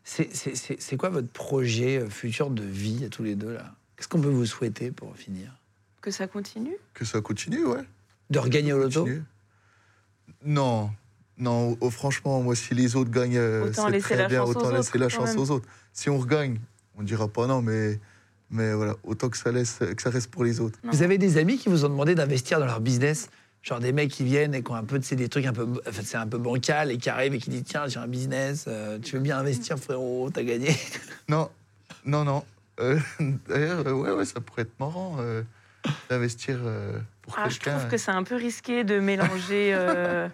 C'est- C'est c'est- c'est quoi votre projet euh, futur de vie à tous les deux, là Qu'est-ce qu'on peut vous souhaiter pour finir Que ça continue. Que ça continue, ouais. De regagner au loto Continue. Non, non, oh, franchement, moi, si les autres gagnent, euh, Autant c'est laisser très la bien, chance autant aux laisser autres, la quand chance même. aux autres. Si on regagne, on dira pas non, mais, mais voilà, autant que ça, laisse, que ça reste pour les autres. Non. Vous avez des amis qui vous ont demandé d'investir dans leur business Genre des mecs qui viennent et qui ont un peu, tu sais, des trucs un peu, enfin, c'est un peu bancal et qui arrivent et qui disent tiens j'ai un business, euh, tu veux bien investir frérot, t'as gagné. Non, non, non. Euh, D'ailleurs, euh, ouais, ouais, ça pourrait être marrant euh, d'investir euh, pour Ah, je quelqu'un. trouve que c'est un peu risqué de mélanger. euh,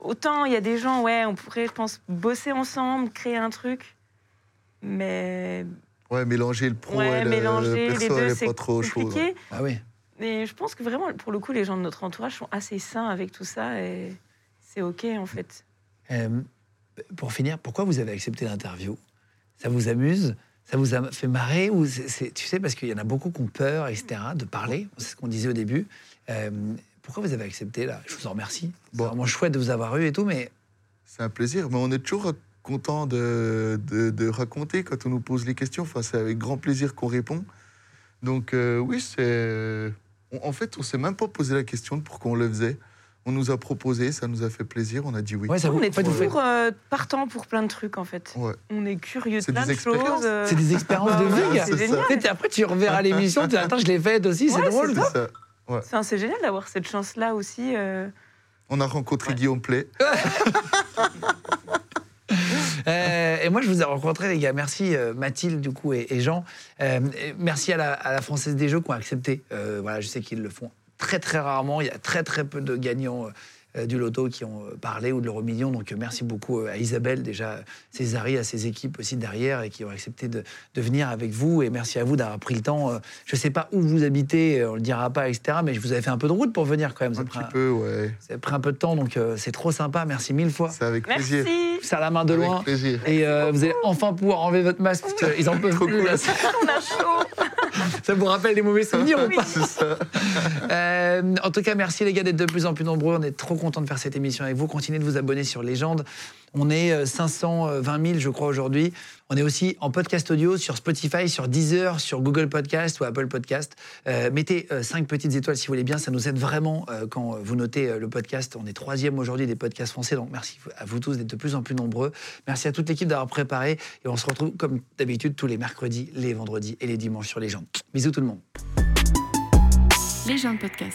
Autant il y a des gens, ouais, on pourrait, je pense, bosser ensemble, créer un truc. Mais Ouais, mélanger le pro ouais, et le mélanger perso, les elle deux, est c'est pas trop chaude. compliqué. Ah oui. Mais je pense que vraiment, pour le coup, les gens de notre entourage sont assez sains avec tout ça et c'est OK en fait. Euh, pour finir, pourquoi vous avez accepté l'interview Ça vous amuse Ça vous a fait marrer ou c'est- c'est- Tu sais, parce qu'il y en a beaucoup qui ont peur, etc., de parler. C'est ce qu'on disait au début. Euh, pourquoi vous avez accepté là Je vous en remercie. Bon. C'est vraiment chouette de vous avoir eu et tout, mais C'est un plaisir, mais on est toujours content de, de- de raconter quand on nous pose les questions. Enfin, c'est avec grand plaisir qu'on répond. Donc euh, oui, c'est... on- en fait, on s'est même pas posé la question de pourquoi on le faisait. On nous a proposé, ça nous a fait plaisir, on a dit oui. ouais, ça vous, on est en fait, vous faites- toujours euh, partant pour plein de trucs en fait. Ouais. On est curieux de C'est plein des de expériences. choses. euh, c'est des expériences de bah ouais, vie. gars. c'est C'est génial. ça. Tu sais, Après, tu reverras l'émission, tu dis, attends, je l'ai faite aussi, c'est Ouais, drôle. c'est C'est ça. Enfin, c'est génial d'avoir cette chance-là aussi. euh, On a rencontré Ouais. Guillaume Play. Euh, et moi, je vous ai rencontré, les gars. Merci euh, Mathilde, du coup, et, et Jean. Euh, et merci à la, à la Française des Jeux qui ont accepté. Euh, voilà, je sais qu'ils le font très, très rarement. Il y a très, très peu de gagnants. euh, euh, du loto qui ont euh, parlé ou de l'euro million. Donc euh, merci beaucoup euh, à Isabelle, déjà euh, Césari, à ses équipes aussi derrière et qui ont accepté de, de venir avec vous. Et merci à vous d'avoir pris le temps. euh, Je ne sais pas où vous habitez, euh, on ne le dira pas, etc. Mais je vous avais fait un peu de route pour venir quand même. Vous Un avez pris petit un, peu, ouais. vous avez pris un peu de temps, donc euh, c'est trop sympa. Merci mille fois. C'est avec plaisir. Merci. Ça la main de Avec loin. plaisir. Et euh, vous allez enfin pouvoir enlever votre masque parce qu'ils en peuvent plus. là. Ça, On a chaud. vous rappelle des mauvais souvenirs ou pas C'est ça. Euh, En tout cas, merci les gars d'être de plus en plus nombreux. On est trop content de faire cette émission avec vous. Continuez de vous abonner sur Légende. On est euh, 520 000, je crois, aujourd'hui. On est aussi en podcast audio sur Spotify, sur Deezer, sur Google Podcast ou Apple Podcast. Euh, mettez 5 petites étoiles si vous voulez bien. Ça nous aide vraiment euh, quand euh, vous notez euh, le podcast. On est troisième aujourd'hui des podcasts français. Donc merci à vous tous d'être de plus en plus nombreux. Merci à toute l'équipe d'avoir préparé. Et on se retrouve comme d'habitude tous les mercredis, les vendredis et les dimanches sur Légende. Bisous tout le monde. Les gens de podcast.